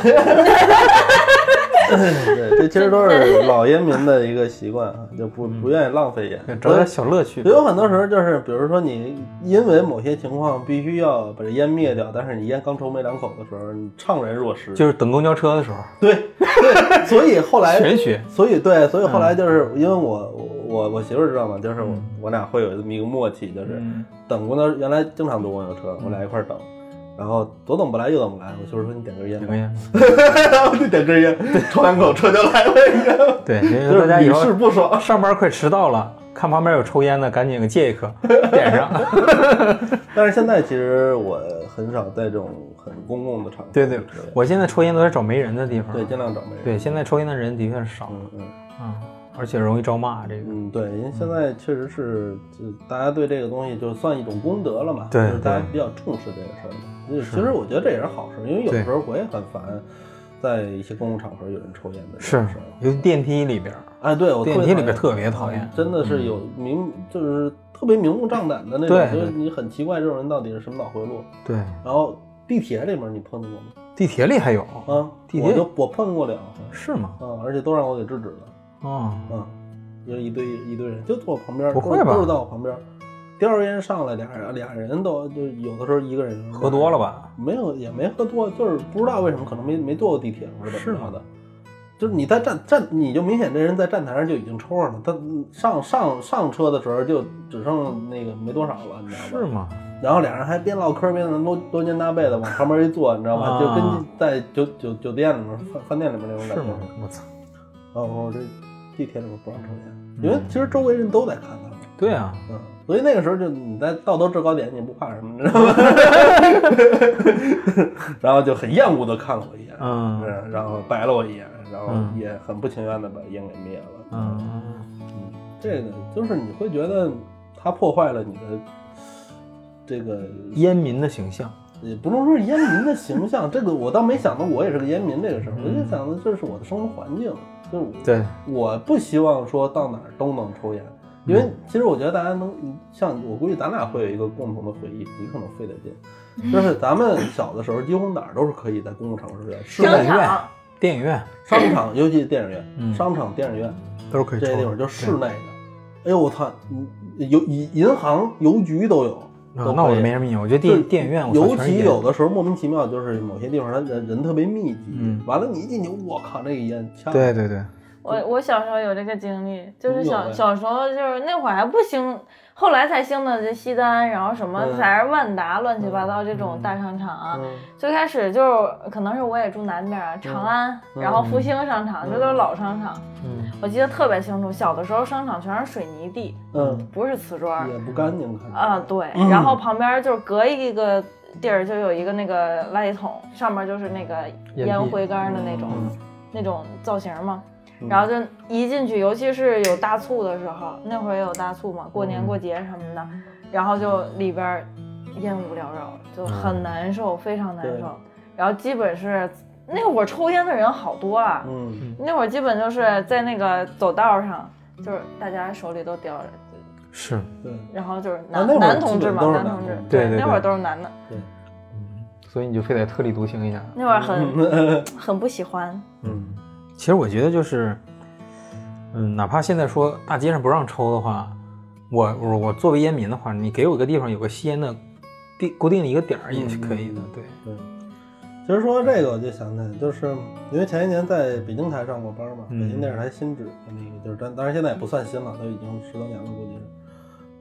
B: 对，这其实都是老烟民的一个习惯啊，就不不愿意浪
A: 嗯
B: 费
A: 对嗯
B: 烟。
A: 找点小乐趣
B: 也。有很多时候就是，比如说你因为某些情况必须要把这烟灭掉，但是你烟刚抽没两口的时候，你怅然若失。
A: 就是等公交车的时候，
B: 对 对，所以后来
A: 玄学。嗯
B: 所以对，所以后来就是因为我我我媳妇儿知道嘛，就是我我俩会有这么一个默契，就是
A: 嗯
B: 等公交原来经常坐公交车，我俩一块儿等，然后左等不来右等不来，我媳妇儿说你点根烟
A: 点
B: 吧
A: 根，烟，
B: 然后就点根烟，抽两口车就来了，你知道吗？
A: 对，因
B: 就
A: 为大家
B: 是
A: 以
B: 屡
A: 后
B: 试不爽。
A: 上班快迟到了，看旁边有抽烟的，赶紧给借一 颗，点上。
B: 但是现在其实我很少在这种很公共的场合，
A: 对对，我现在抽烟都是找没人的地方。
B: 对，尽量找没人。
A: 对，现在抽烟的人的确是少，
B: 嗯嗯
A: 嗯，而且容易招骂这个。
B: 嗯，对，因为现在确实是，就大家对这个东西就算一种功德了嘛，
A: 对
B: 就是大家比较重视这个事儿嘛。就是其实我觉得这也是好事，因为有
A: 对
B: 时候我也很烦，在一些公共场合有人抽烟的这
A: 是
B: 种事儿。，
A: 尤其电梯里边儿，
B: 哎，对，我特别
A: 电梯里边
B: 讨
A: 特别讨厌嗯
B: 厌，。嗯真的是有明，就是特别明目张胆的那种，
A: 对
B: 就是你很奇怪这种人到底是什么脑回路。
A: 对，
B: 然后地铁里面你碰见过吗？
A: 地铁里还有
B: 啊，
A: 地
B: 我
A: 铁
B: 就我碰过两回，
A: 是吗？
B: 啊，而且都让我给制止了。
A: 哦，
B: 嗯，就是一堆一堆人就坐我旁边，
A: 不会吧
B: 都是在我旁边，叼着烟上来，俩人俩人都就有的时候一个人
A: 喝多了，吧？
B: 没有也没喝多，就是不知道为什么可能没没坐过地铁或者怎么
A: 是啊
B: 着的。就是你在站站，你就明显这人在站台上就已经抽上了，他上上上车的时候就只剩那个没多少了，你知道
A: 是
B: 吗？
A: 吗？
B: 然后俩人还边唠嗑边搂搂肩搭背的往旁边一坐，你知道吗？
A: 啊
B: 就跟在酒酒酒店里面饭饭店里面那种感
A: 是
B: 觉。
A: 吗？我操！
B: 哦，我这地铁里面不让抽
A: 嗯
B: 烟，因为其实周围人都在看他们，
A: 对啊，
B: 嗯，所以那个时候就你在道德制高点，你也不怕什么，你 知道吗？然后就很厌恶的看了我一眼，
A: 嗯
B: 嗯，然后白了我一眼，然后
A: 嗯
B: 也很不情愿的把烟给灭了，，
A: 嗯，
B: 这个就是你会觉得它破坏了你的这个，
A: 烟民的形象，
B: 也不能说是烟民的形象，这个我倒没想到我也是个烟民这个事儿，我
A: 嗯
B: 就想的这是我的生活环境，就是我
A: 对，
B: 我不希望说到哪儿都能抽烟，
A: 嗯
B: 因为其实我觉得大家能像我估计咱俩会有一个共同的回忆，你可能费点劲，就是咱们小的时候，几乎哪儿都是可以在公共场所抽烟，
A: 是
B: 室
C: 商
A: 的
B: 内、
C: 场
A: 电影院
B: 商场，尤其电影院、
A: 嗯
B: 商场、电影院
A: 都是可以
B: 这
A: 抽
B: 些
A: 的
B: 地方，就室内的。哎呦我操，嗯有银银行、邮局都有。
A: 啊
B: 都
A: 那我
B: 可
A: 就
B: 以
A: 没什么意见。我觉得
B: 就
A: 电
B: 是
A: 电影院，我操
B: 尤
A: 全是
B: 其
A: 烟
B: 有的时候莫名其妙，就是某些地方它人人特别密集，
A: 嗯
B: 完了你一进去，我靠，那个烟呛。
A: 对对对，
C: 我我小时候有这个经历，就
B: 有
C: 是小
B: 呗
C: 小时候就是那会儿还不兴，后来才兴的这西单，然后什么
B: 嗯
C: 才是万达、乱七八糟这种大商场啊。
B: 嗯，
C: 最开始就是可能是我也住南边啊，长安，
B: 嗯
C: 然后复兴商场，这都是老商场。
A: 嗯，
C: 我记得特别清楚，小的时候商场全是水泥地，
B: 嗯，
C: 不是瓷砖。
B: 也不干净，看着
C: 啊，对，
B: 嗯
C: 然后旁边就是隔一个地儿就有一个那个垃圾桶，上面就是那个
A: 烟
C: 烟
A: 蒂
C: 灰缸的那种、
B: 嗯
C: 那种造型嘛。
B: 嗯
C: 然后就一进去，尤其是有大促的时候，那会儿也有大促嘛，过年
A: 嗯
C: 过节什么的，然后就里边儿烟雾缭绕，就很难受，非常难
B: 嗯对
C: 受。然后基本是那会儿抽烟的人好多啊，
B: 嗯，
C: 那会儿基本就是在那个走道上，就是大家手里都叼着
A: 是，
B: 对，
C: 然后就是
B: 啊
C: 男
B: 那会儿
C: 男同志嘛，
B: 基本都是
C: 男同志
B: 男同，志
A: 对对对
C: 那会儿都是男的，
A: 所以你就非得特立独行一下。
C: 那会儿很
B: 嗯
C: 很不喜欢，
A: 嗯，其实我觉得就是，嗯，哪怕现在说大街上不让抽的话，我我我作为烟民的话，你给我个地方有个吸烟的地固定的一个点儿也是
B: 嗯
A: 可以的，对，
B: 其实说这个，我就想起来，就是因为前些年在北京台上过班嘛，
A: 嗯
B: 北京电视台新址那个就是，但当然现在也不算新了，都已经十多年了，估计是。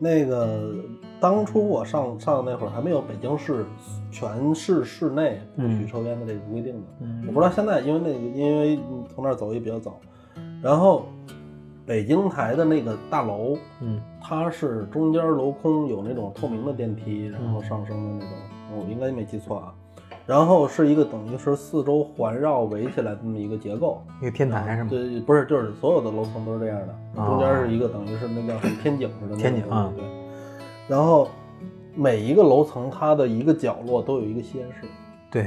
B: 那个当初我上上那会儿还没有北京市全市室内不许抽烟的这个规定呢，我
A: 嗯
B: 不知道现在，因为那个因为从那儿走也比较早，然后北京台的那个大楼，
A: 嗯
B: 它是中间镂空有那种透明的电
A: 嗯
B: 梯，然后上升的那种，我应该没记错啊。然后是一个等于是四周环绕围起来这么一个结构，
A: 一个天台什么的，
B: 对，不是，就是所有的楼层都是这样的，
A: 哦
B: 中间是一个等于是那叫什么天井似的那种
A: 天井
B: 东西
A: 啊
B: 对。然后每一个楼层它的一个角落都有一个吸烟室，
A: 对，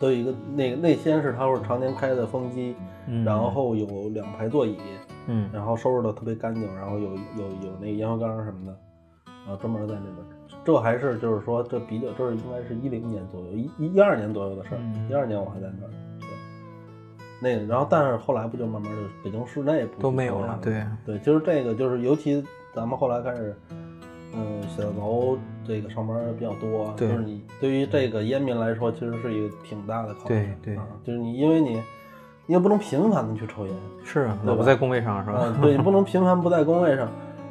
B: 都有一个那个那吸烟室，它会常年开的风机，
A: 嗯，
B: 然后有两排座椅，
A: 嗯
B: 然后收拾的特别干净，然后有有有那个烟灰缸什么的，然后专门在那边。这还是就是说，这比较，这是应该是一零年左右，一一一二年左右的事儿
A: 嗯。
B: 一二、年我还在那儿，对。那个，然后但是后来不就慢慢的北京市内不
A: 都没有了
B: 了，，
A: 对，
B: 对，就是这个，就是尤其咱们后来开始，嗯，写字楼这个上班儿比较多，
A: 对
B: 就是你对于这个烟民来说，其实是一个挺大的考验，
A: 对对
B: 啊，就是你因为你你也不能频繁的去抽烟，
A: 是啊，嗯
B: 对
A: 我
B: 吧
A: 不在工位上是吧？
B: 啊，对，你不能频繁不在工位上，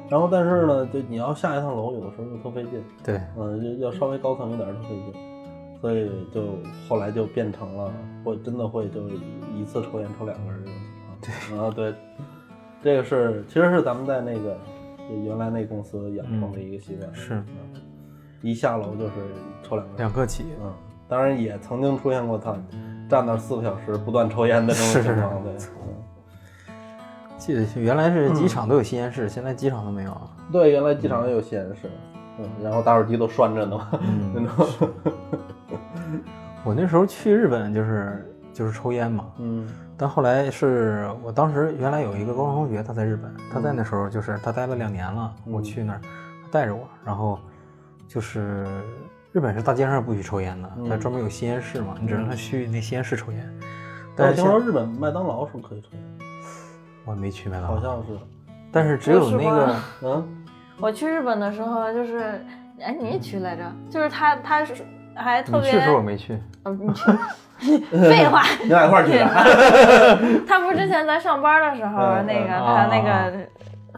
B: 然后但是呢，就你要下一趟楼，有的时候又特费劲，
A: 对，
B: 嗯，要要稍微高层一点儿都费劲，所以就后来就变成了，我真的会就一次抽烟抽两根儿这种情况。对啊，对，这个是其实是咱们在那个就原来那公司养成的一个习惯，
A: 是
B: 嗯一下楼就是抽两根儿。
A: 两个起，
B: 嗯，当然也曾经出现过他站那儿四个小时不断抽烟的这
A: 是
B: 种情况，对。嗯
A: 记得原来是机场都有吸烟室，现在机场都没有了。
B: 对，原来机场也有吸烟室，嗯，然后打火机都拴着呢， 那种，
A: 嗯我那时候去日本就是就是抽烟嘛，
B: 嗯
A: 但后来是我当时原来有一个高中同学，他在日本，他在那时候就是他待了两年了，我去那儿，他带着我，然后就是日本是大街上不许抽烟的，他专门有吸烟室嘛，你只能去那吸烟室抽烟。但
B: 但
A: 是
B: 我听
A: 现
B: 说日本麦当劳是不可以抽烟，
A: 我没去麦当
B: 好
A: 劳，
B: 像是，
A: 但是只有那
C: 不
A: 个
C: 是吧
B: 嗯，
C: 我去日本的时候就是，哎，你也去来着，就是他他是还
A: 嗯
C: 特
A: 你
C: 别
A: 去，的时候我没去，
C: 嗯你去，废 话，
B: 你俩一块儿去的，
C: 他不是之前咱上班的时候，
B: 嗯嗯
C: 那个、
A: 嗯
C: 他
A: 啊
C: 那个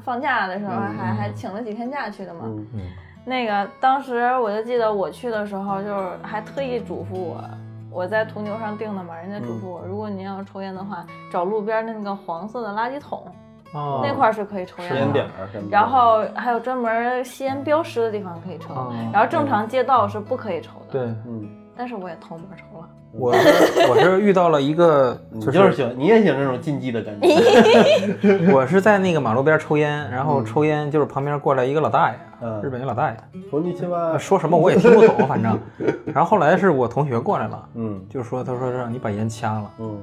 C: 放假的时候
B: 嗯
C: 还、还请了几天假去的嘛，
B: 嗯
A: 嗯，
C: 那个当时我就记得我去的时候，就是还特意嘱咐我，我在途牛上订的嘛，人家嘱咐
A: 嗯
C: 我，如果您要抽烟的话，找路边那个黄色的垃圾桶，
A: 哦，
C: 那块儿是可以抽
B: 啊时
C: 烟
B: 间
C: 的。
B: 点儿什么的，
C: 嗯然后还有专门吸烟标识的地方可以抽，
B: 啊
A: 哦
C: 然后正常街道是不可以抽的。，
A: 对。
B: 嗯，
C: 但是我也偷摸抽了。
A: 我是我是遇到了一个，
B: 你
A: 就
B: 就是喜欢，你也喜欢这种禁忌的感觉，
A: 我是在那个马路边抽烟，然后抽烟就是旁边过来一个老大爷，
B: 嗯
A: 日本一个老大爷，呃
B: 说你去吧，
A: 说什么我也听不懂， 反正。然后后来是我同学过来了，
B: 嗯
A: 就说他说让你把烟掐了，
B: 嗯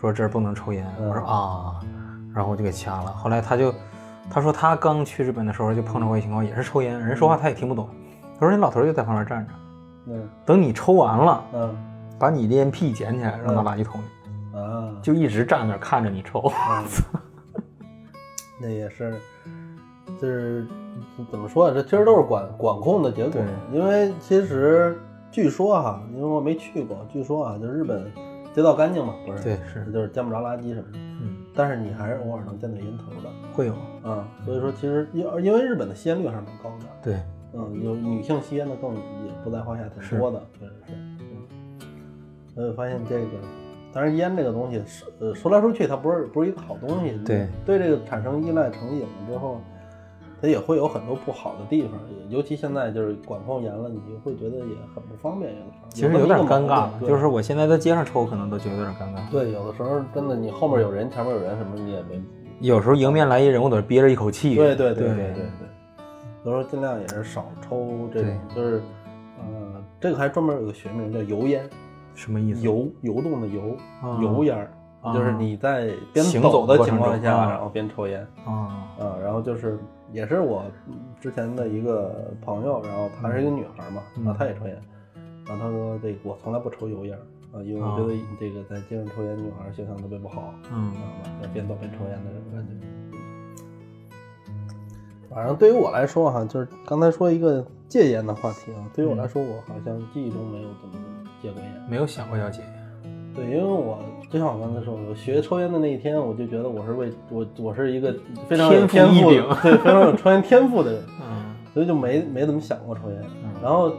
A: 说这儿不能抽烟。
B: 嗯
A: 我说啊，然后我就给掐了。后来他就他说他嗯刚去日本的时候就碰到过一情况，也是抽烟，人说话他也听不懂。他说那老头就在旁边站着，
B: 嗯
A: 等你抽完了，
B: 嗯
A: 把你的烟屁捡起来扔到垃圾桶里，
B: 啊，
A: 就一直站那儿看着你抽。
B: 嗯 那也是，就是怎么说啊？这其实都是管管控的结果
A: 对。
B: 因为其实据说哈，因为我没去过，据说啊，就日本街道干净嘛，不是？
A: 对是
B: 就是见不着垃圾什么的。
A: 嗯，
B: 但是你还是偶尔能见到烟头的
A: 会有
B: 啊。所以说，其实因因为日本的吸烟率还是蛮高的，
A: 对，
B: 嗯，有女性吸烟的更也不在话下，挺多的，确实是。嗯，所以我发现这个，当然烟这个东西是，呃，说来说去它不是不是一个好东西，
A: 对，
B: 对这个产生依赖成瘾了之后，它也会有很多不好的地方，尤其现在就是管控严了，你就会觉得也很不方便，有的时候
A: 其实有点尴尬了，
B: 对
A: 就是我现在在街上抽，可能都觉得有点尴尬。
B: 对，有的时候真的你后面有人，前面有人什么你也没
A: 有时候迎面来一人，我都是憋着一口气。
B: 对对
A: 对
B: 对对对，所以说尽量也是少抽这种，就是，呃，这个还专门有个学名叫油烟，
A: 什么意思？
B: 游游动的游，
A: 啊
B: 油烟儿，
A: 啊
B: 就是你在边
A: 行
B: 走
A: 走的
B: 的
A: 过
B: 情
A: 程
B: 况
A: 中
B: 下，
A: 啊
B: 然后边抽烟，
A: 啊，
B: 啊，然后就是也是我嗯之前的一个朋友，然后她是一个女孩嘛，
A: 嗯
B: 然后她也抽烟，然后她说这个我从来不抽油烟儿啊，因为我觉得这个在街上抽烟，女孩儿形象特别不好。
A: 嗯
B: 知道吧？要边走边抽烟的这种感觉。反正对于我来说哈，就是刚才说一个戒烟的话题啊，对于我
A: 嗯
B: 来说，我好像记忆中没有怎么戒过烟。
A: 没有想过要戒烟。
B: 对，因为我就像我刚才说，我学抽烟的那一天，我就觉得我是为我我是一个非常有
A: 天
B: 天
A: 赋异
B: 赋
A: 禀
B: 的，对，非常有抽烟天赋的人，
A: 嗯
B: 所以就没没怎么想过抽烟。然后。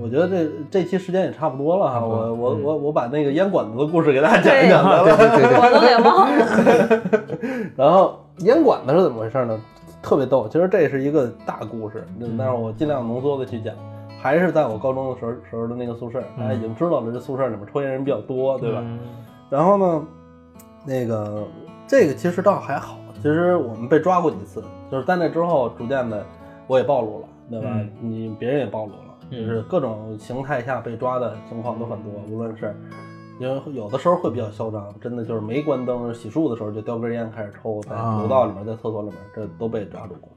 B: 我觉得这这期时间也差不多了哈，
A: 不多
B: 我我
A: 嗯
B: 我我把那个烟管子的故事给大家讲一
C: 对
B: 讲得了。
C: 我都给忘了。
B: 然后烟管子是怎么回事呢？特别逗，其实这是一个大故事，那但是我尽量浓缩的去讲。还是在我高中的时候时候的那个宿舍，大家已经知道了，这宿舍里面抽烟人比较多，对吧？
A: 嗯
B: 然后呢，那个这个其实倒还好，其实我们被抓过几次，就是在那之后逐渐的我也暴露了，对吧？
A: 嗯
B: 你别人也暴露了，
A: 嗯
B: 就是各种形态下被抓的情况都很多，无论是。因为有的时候会比较嚣张，真的就是没关灯洗漱的时候就叼根烟开始抽，在
A: 啊
B: 楼道里面，在厕所里面，这都被抓住过。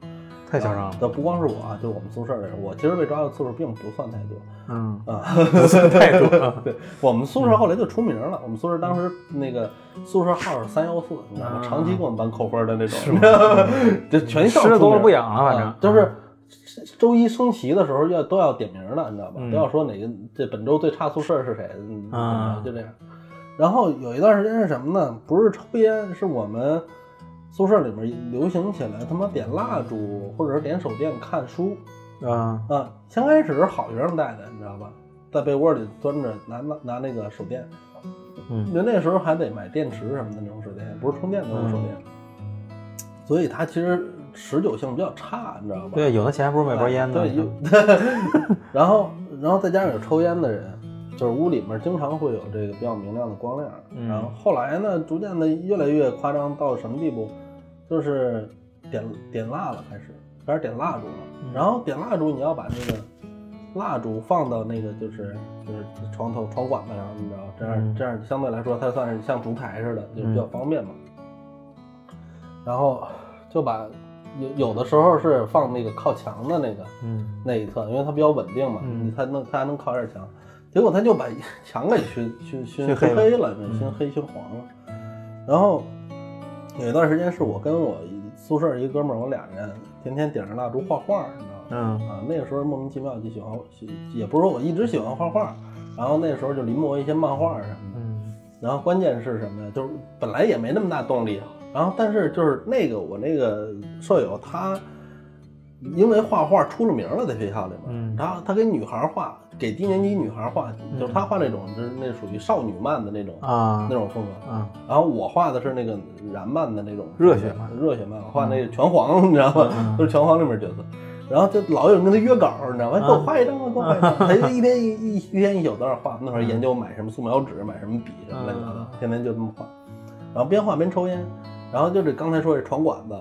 A: 太嚣张了。
B: 这不光是我啊，就是我们宿舍的人，我其实被抓的次数并不算太多。
A: 嗯，
B: 啊，
A: 不算太 多。啊
B: 对我们宿舍后来就出名了。我们宿舍当时那个宿舍号是三幺四，你知道吗？
A: 啊
B: 长期给我们班扣分的那种，
A: 是吗
B: 就全校
A: 吃的
B: 出
A: 多
B: 名
A: 了不痒了，反
B: 啊
A: 正
B: 就是周一升旗的时候要都要点名的，你知道吧？
A: 嗯
B: 都要说哪个这本周最差宿舍是谁，嗯
A: 啊
B: 就这样。然后有一段时间是什么呢？不是抽烟，是我们宿舍里面流行起来他妈点蜡烛或者是点手电看书
A: 啊，
B: 啊。先开始是好学生带的，你知道吧？在被窝里钻着拿拿拿那个手电，
A: 嗯
B: 因为那时候还得买电池什么的那种手电，不是充电的那种手电，所以它其实持久性比较差，你知道吧？
A: 对，有的钱还不如买包烟呢。
B: 哎对，有 然后然后再加上有抽烟的人，就是屋里面经常会有这个比较明亮的光亮。
A: 嗯
B: 然后后来呢，逐渐的越来越夸张到什么地步，就是点点蜡了，开始开始点蜡烛
A: 嗯
B: 了。然后点蜡烛，你要把那个蜡烛放到那个就是就是床头床管子上，你知道，这样
A: 嗯
B: 这样相对来说它算是像烛台似的，就比较
A: 嗯
B: 方便嘛。然后就把有有的时候是放那个靠墙的那个
A: 嗯，
B: 那一侧，因为它比较稳定嘛，
A: 嗯
B: 你它能它还能靠点墙。结果他就把墙给熏熏熏
A: 熏黑了
B: 黑了，那
A: 嗯
B: 熏黑熏黄了。然后有一段时间是我跟我宿舍一哥们儿，我俩人天天点着蜡烛画画，你知道吗？
A: 嗯
B: 啊，那个时候莫名其妙就喜欢，喜也不是说我一直喜欢画画，然后那时候就临摹一些漫画什么的。
A: 嗯
B: 然后关键是什么呀？就是本来也没那么大动力，然后但是就是那个我那个舍友他，因为画画出了名了，在学校里面，
A: 嗯
B: 他他给女孩画，给低年级女孩画，就是他画那种就是那属于少女漫的那种、
A: 啊
B: 那种风格，
A: 啊，
B: 然后我画的是那个燃漫的那种
A: 热血漫
B: 热血漫，我画那个拳皇，你知道吗？都是拳皇里面角色。然后就老有人跟他约稿，你知道吗？
A: 啊
B: 给我画一张吧，给我画一张。他就一天一一一天一宿在那画，那会儿研究买什么素描纸，买什么笔什么乱七八糟
A: 啊，
B: 天天就这么画。然后边画边抽烟，然后就这刚才说这床管子，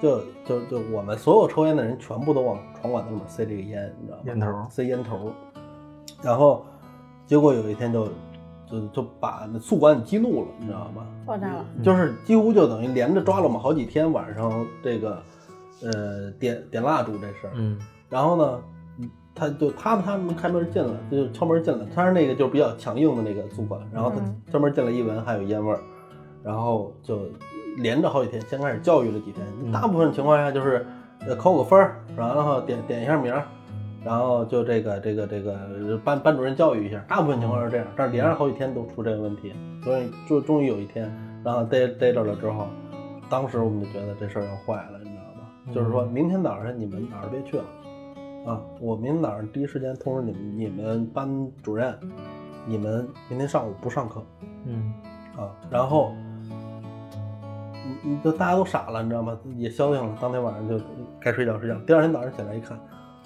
B: 就就就我们所有抽烟的人全部都往床管子里面塞这个烟，你知道吗？
A: 烟头
B: 塞烟头儿，然后结果有一天就就就把那宿管给激怒了，你知道吗？
C: 嗯爆炸了，
B: 就是几乎就等于连着抓了我们好几天晚上这个，呃，点点蜡烛这事儿。
A: 嗯
B: 然后呢，他就他他们开门进来，就敲门进来，他是那个就比较强硬的那个宿管，然后
C: 嗯
B: 他敲门进来一闻还有烟味儿，然后就连着好几天，先开始教育了几天，大部分情况下就是呃扣个分儿，然后点点一下名儿，然后就这个这个这个班班主任教育一下，大部分情况是这样，但是连着好几天都出这个问题，所以就终于有一天，然后逮逮着了之后，当时我们就觉得这事儿要坏了，你知道吗？就是说明天早上你们哪儿都别去了。啊，我明天早上第一时间通知你们，你们班主任，你们明天上午不上课
A: 嗯，
B: 啊。然后，你你就大家都傻了，你知道吗？也消停了，当天晚上就该睡觉睡觉。第二天早上起来一看，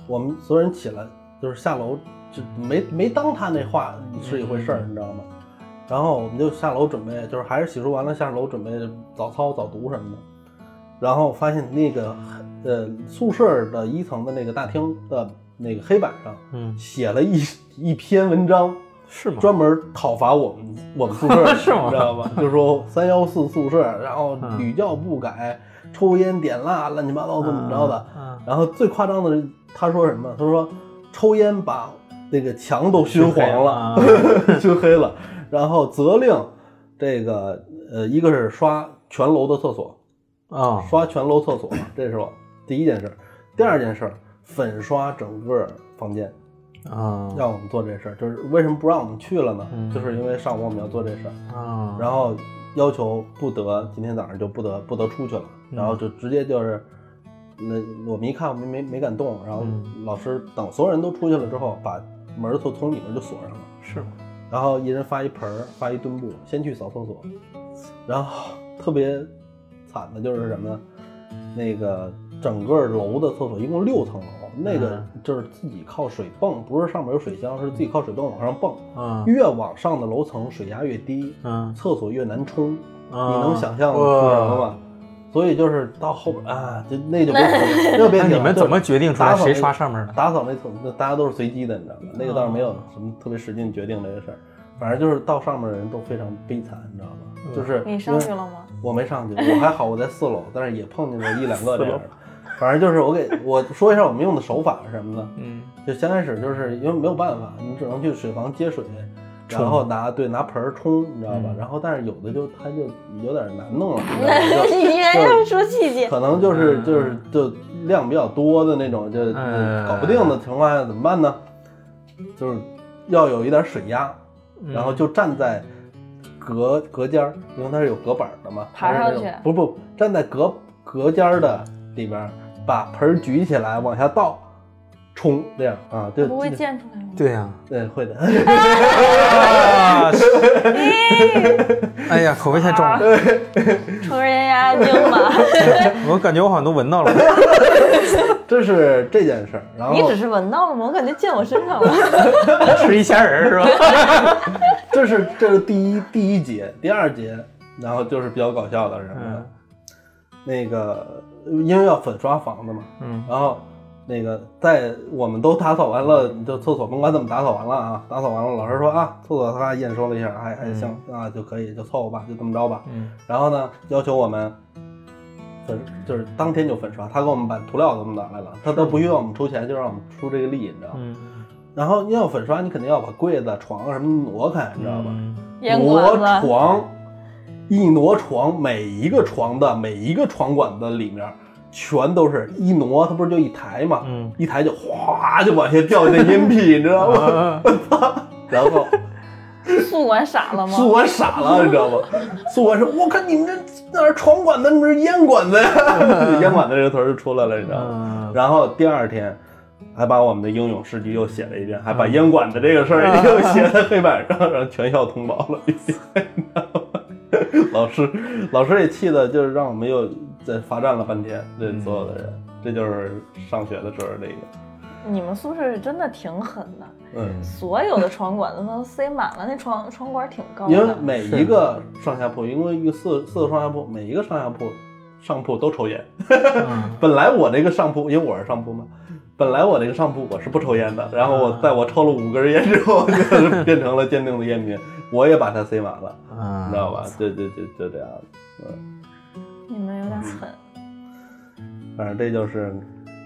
B: 我们所有人起来就是下楼，就没没当他那话是一回事儿，你知道吗？然后我们就下楼准备，就是还是洗漱完了下楼准备早操、早读什么的。然后发现那个呃宿舍的一层的那个大厅的那个黑板上，
A: 嗯
B: 写了一一篇文章，
A: 是吗？
B: 专门讨伐我们我们宿舍，
A: 是吗
B: 你知道吧？就说三幺四宿舍，然后
A: 嗯
B: 屡教不改，抽烟点蜡，乱七八糟怎么着的。
A: 啊？
B: 然后最夸张的是，他说什么？他说抽烟把那个墙都熏黄 了，
A: 嗯
B: 熏黑了，然后责令这个呃，一个是刷全楼的厕所，
A: 啊，
B: 刷全楼厕所，这是我第一件事儿。第二件事儿，粉刷整个房间，
A: 啊
B: 让我们做这事儿，就是为什么不让我们去了呢？
A: 嗯
B: 就是因为上午我们要做这事儿，
A: 啊，
B: 然后要求不得今天早上就不得不得出去了，
A: 嗯
B: 然后就直接就是，那我们一看我们没没敢动，然后
A: 嗯
B: 老师等所有人都出去了之后，把门儿从从里面就锁上了。
A: 是吗？
B: 然后一人发一盆儿，发一墩布，先去扫厕所。然后特别惨的就是什么呢？那个整个楼的厕所一共六层楼，那个就是自己靠水泵，不是上面有水箱，是自己靠水泵往上泵。
A: 啊，
B: 越往上的楼层水压越低，
A: 嗯，
B: 厕所越难冲。
A: 你
B: 你能想象是什么吗？所以就是到后边啊，就那就别 提了那就别
A: 那
B: 提了
A: 你们
B: 就是
A: 怎么决定出来谁刷上面的？
B: 打扫那层，那大家都是随机的，你知道吗？那个倒是
C: 哦
B: 没有什么特别使劲决定这个事儿，反正就是到上面的人都非常悲惨，你知道
A: 嗯
B: 吗？就是
C: 你上去
B: 因为
C: 了吗？
B: 我没上去，我还好，我在四楼，但是也碰见过一两个这样的。反正就是我给我说一下我们用的手法是什么呢？
A: 嗯，
B: 就先开始就是因为没有办法，你只能去水房接水，然后拿对拿盆儿冲，你知道吧？
A: 嗯
B: 然后但是有的就它就有点难 弄了，你知道吗就
C: 你依然要说细节，
B: 可能就是
A: 嗯
B: 就是就量比较多的那种，就
A: 嗯
B: 搞不定的情况下怎么办呢？就是要有一点水压，
A: 嗯
B: 然后就站在隔隔间儿，因为它是有隔板的嘛，
C: 爬上去
B: 它是有不不，站在隔隔间儿的里边儿，把盆儿举起来往下倒，冲这样啊，就
C: 不会溅出来吗？
A: 对呀，
B: 对会的，
A: 啊， 哎呀，口味太重了，
B: 啊
C: 成人压惊吧，
A: 我感觉我好像都闻到了。
B: 这是这件事儿。然后
C: 你只是闻到了吗？我感觉溅我身上了。
A: 吃一虾仁儿是吧？
B: 这是这是第一第一节，第二节，然后就是比较搞笑的是什么
C: 嗯
B: 呢？那个因为要粉刷房子嘛，
A: 嗯
B: 然后那个在我们都打扫完了，就厕所甭管怎么打扫完了啊，打扫完了，老师说啊，厕所他验收了一下，还还行、
C: 嗯
B: 啊，就可以就凑合吧，就这么着吧。
A: 嗯
B: 然后呢，要求我们粉就是当天就粉刷，他给我们把涂料给我们拿来了，他都不需要我们出钱，就让我们出这个力，你知道吗？
A: 嗯，
B: 然后要粉刷，你肯定要把柜子、床什么挪开，你知道吧？
A: 嗯
C: 烟
B: 挪
C: 管子，
B: 床，一挪床，每一个床的每一个床管子里面，全都是一挪，它不是就一台嘛，
A: 嗯
B: 一抬就哗就往下掉那烟屁，你知道吗？
A: 啊，
B: 然后
C: 宿管傻了吗？
B: 宿管傻了，你知道吗？宿管说：“我看你们这哪是床管子，你们是烟管子呀！”烟管子这个词儿就出来了，你知道吗？
A: 嗯，
B: 然后第二天。还把我们的英勇事迹又写了一遍，还把烟管子这个事儿又写在黑板上，让全校通报了一遍，你知道吗？老师，老师也气的，就是让我们又在罚站了半天，这
A: 嗯
B: 所有的人，这就是上学的时候这个，
C: 你们宿舍是真的挺狠的，
B: 嗯，
C: 所有的床管子都塞满了，那床床管挺高
B: 因为
C: 的。
B: 每一个上下铺，因为一个四四个上下铺，每一个上下铺上铺都抽烟。
A: 嗯
B: 本来我这个上铺，因为我是上铺嘛，本来我这个上铺我是不抽烟的，然后我在我抽了五根烟之后，就是变成了坚定的烟民，我也把它塞满了，你
A: 嗯，
B: 知道吧？就就就就这样，嗯，
C: 你们有点狠，
B: 反正这就是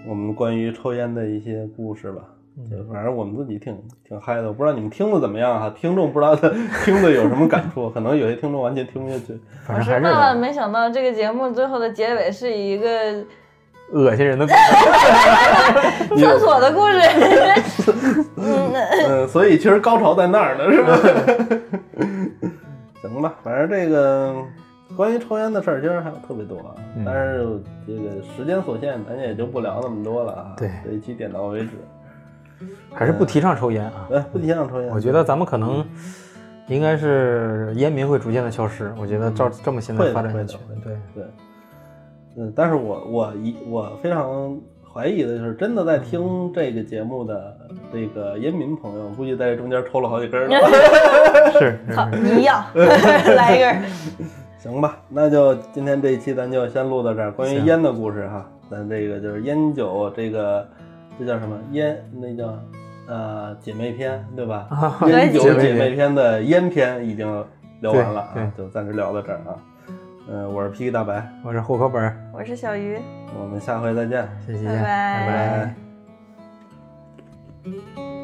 B: 我们关于抽烟的一些故事吧。对，反正我们自己挺挺嗨的，我不知道你们听的怎么样哈、听众不知道他听的有什么感触，可能有些听众完全听不下去。
A: 反正
C: 我是
A: 还
C: 万万
A: 是
C: 没想到这个节目最后的结尾是以一个
A: 恶心人的故事。
C: 厕所的故事。 嗯，那
B: 嗯，所以其实高潮在那儿呢，是吧？
A: 嗯
B: 行吧，反正这个关于抽烟的事儿，其实还有特别多啊，
A: 嗯
B: 但是这个时间所限，咱也就不聊那么多了啊。
A: 对
B: 这一期点到为止。
A: 还是不提倡抽烟啊。
B: 哎，不提倡抽烟，
A: 我觉得咱们可能应该是烟民会逐渐的消失。我觉得照这么现
B: 会
A: 在
B: 的
A: 发展
B: 会
A: 下
B: 的
A: 去
B: 嗯会的，
A: 对，
B: 对，嗯，但是我我一我非常怀疑的就是，真的在听这个节目的这个音民朋友，估计在这中间抽了好几根儿了。
A: 是是
C: 好
A: 是，
C: 一样， 来一根。
B: 行吧，那就今天这一期咱就先录到这儿，关于
A: 行
B: 烟的故事哈，咱这个就是烟酒这个这叫什么烟那叫。呃，姐妹篇对吧？
A: 啊
B: 烟
C: 对
B: 酒
C: 姐
A: 妹
B: 姐妹
A: 篇
B: 篇的烟篇已经聊完了
A: 对
B: 啊，就暂时聊到这儿啊。嗯、我是 P K 大白，
A: 我是户口本儿，
C: 我是小鱼。
B: 我们下回再见。
A: 谢谢，
C: 拜拜
A: 拜拜
B: 拜。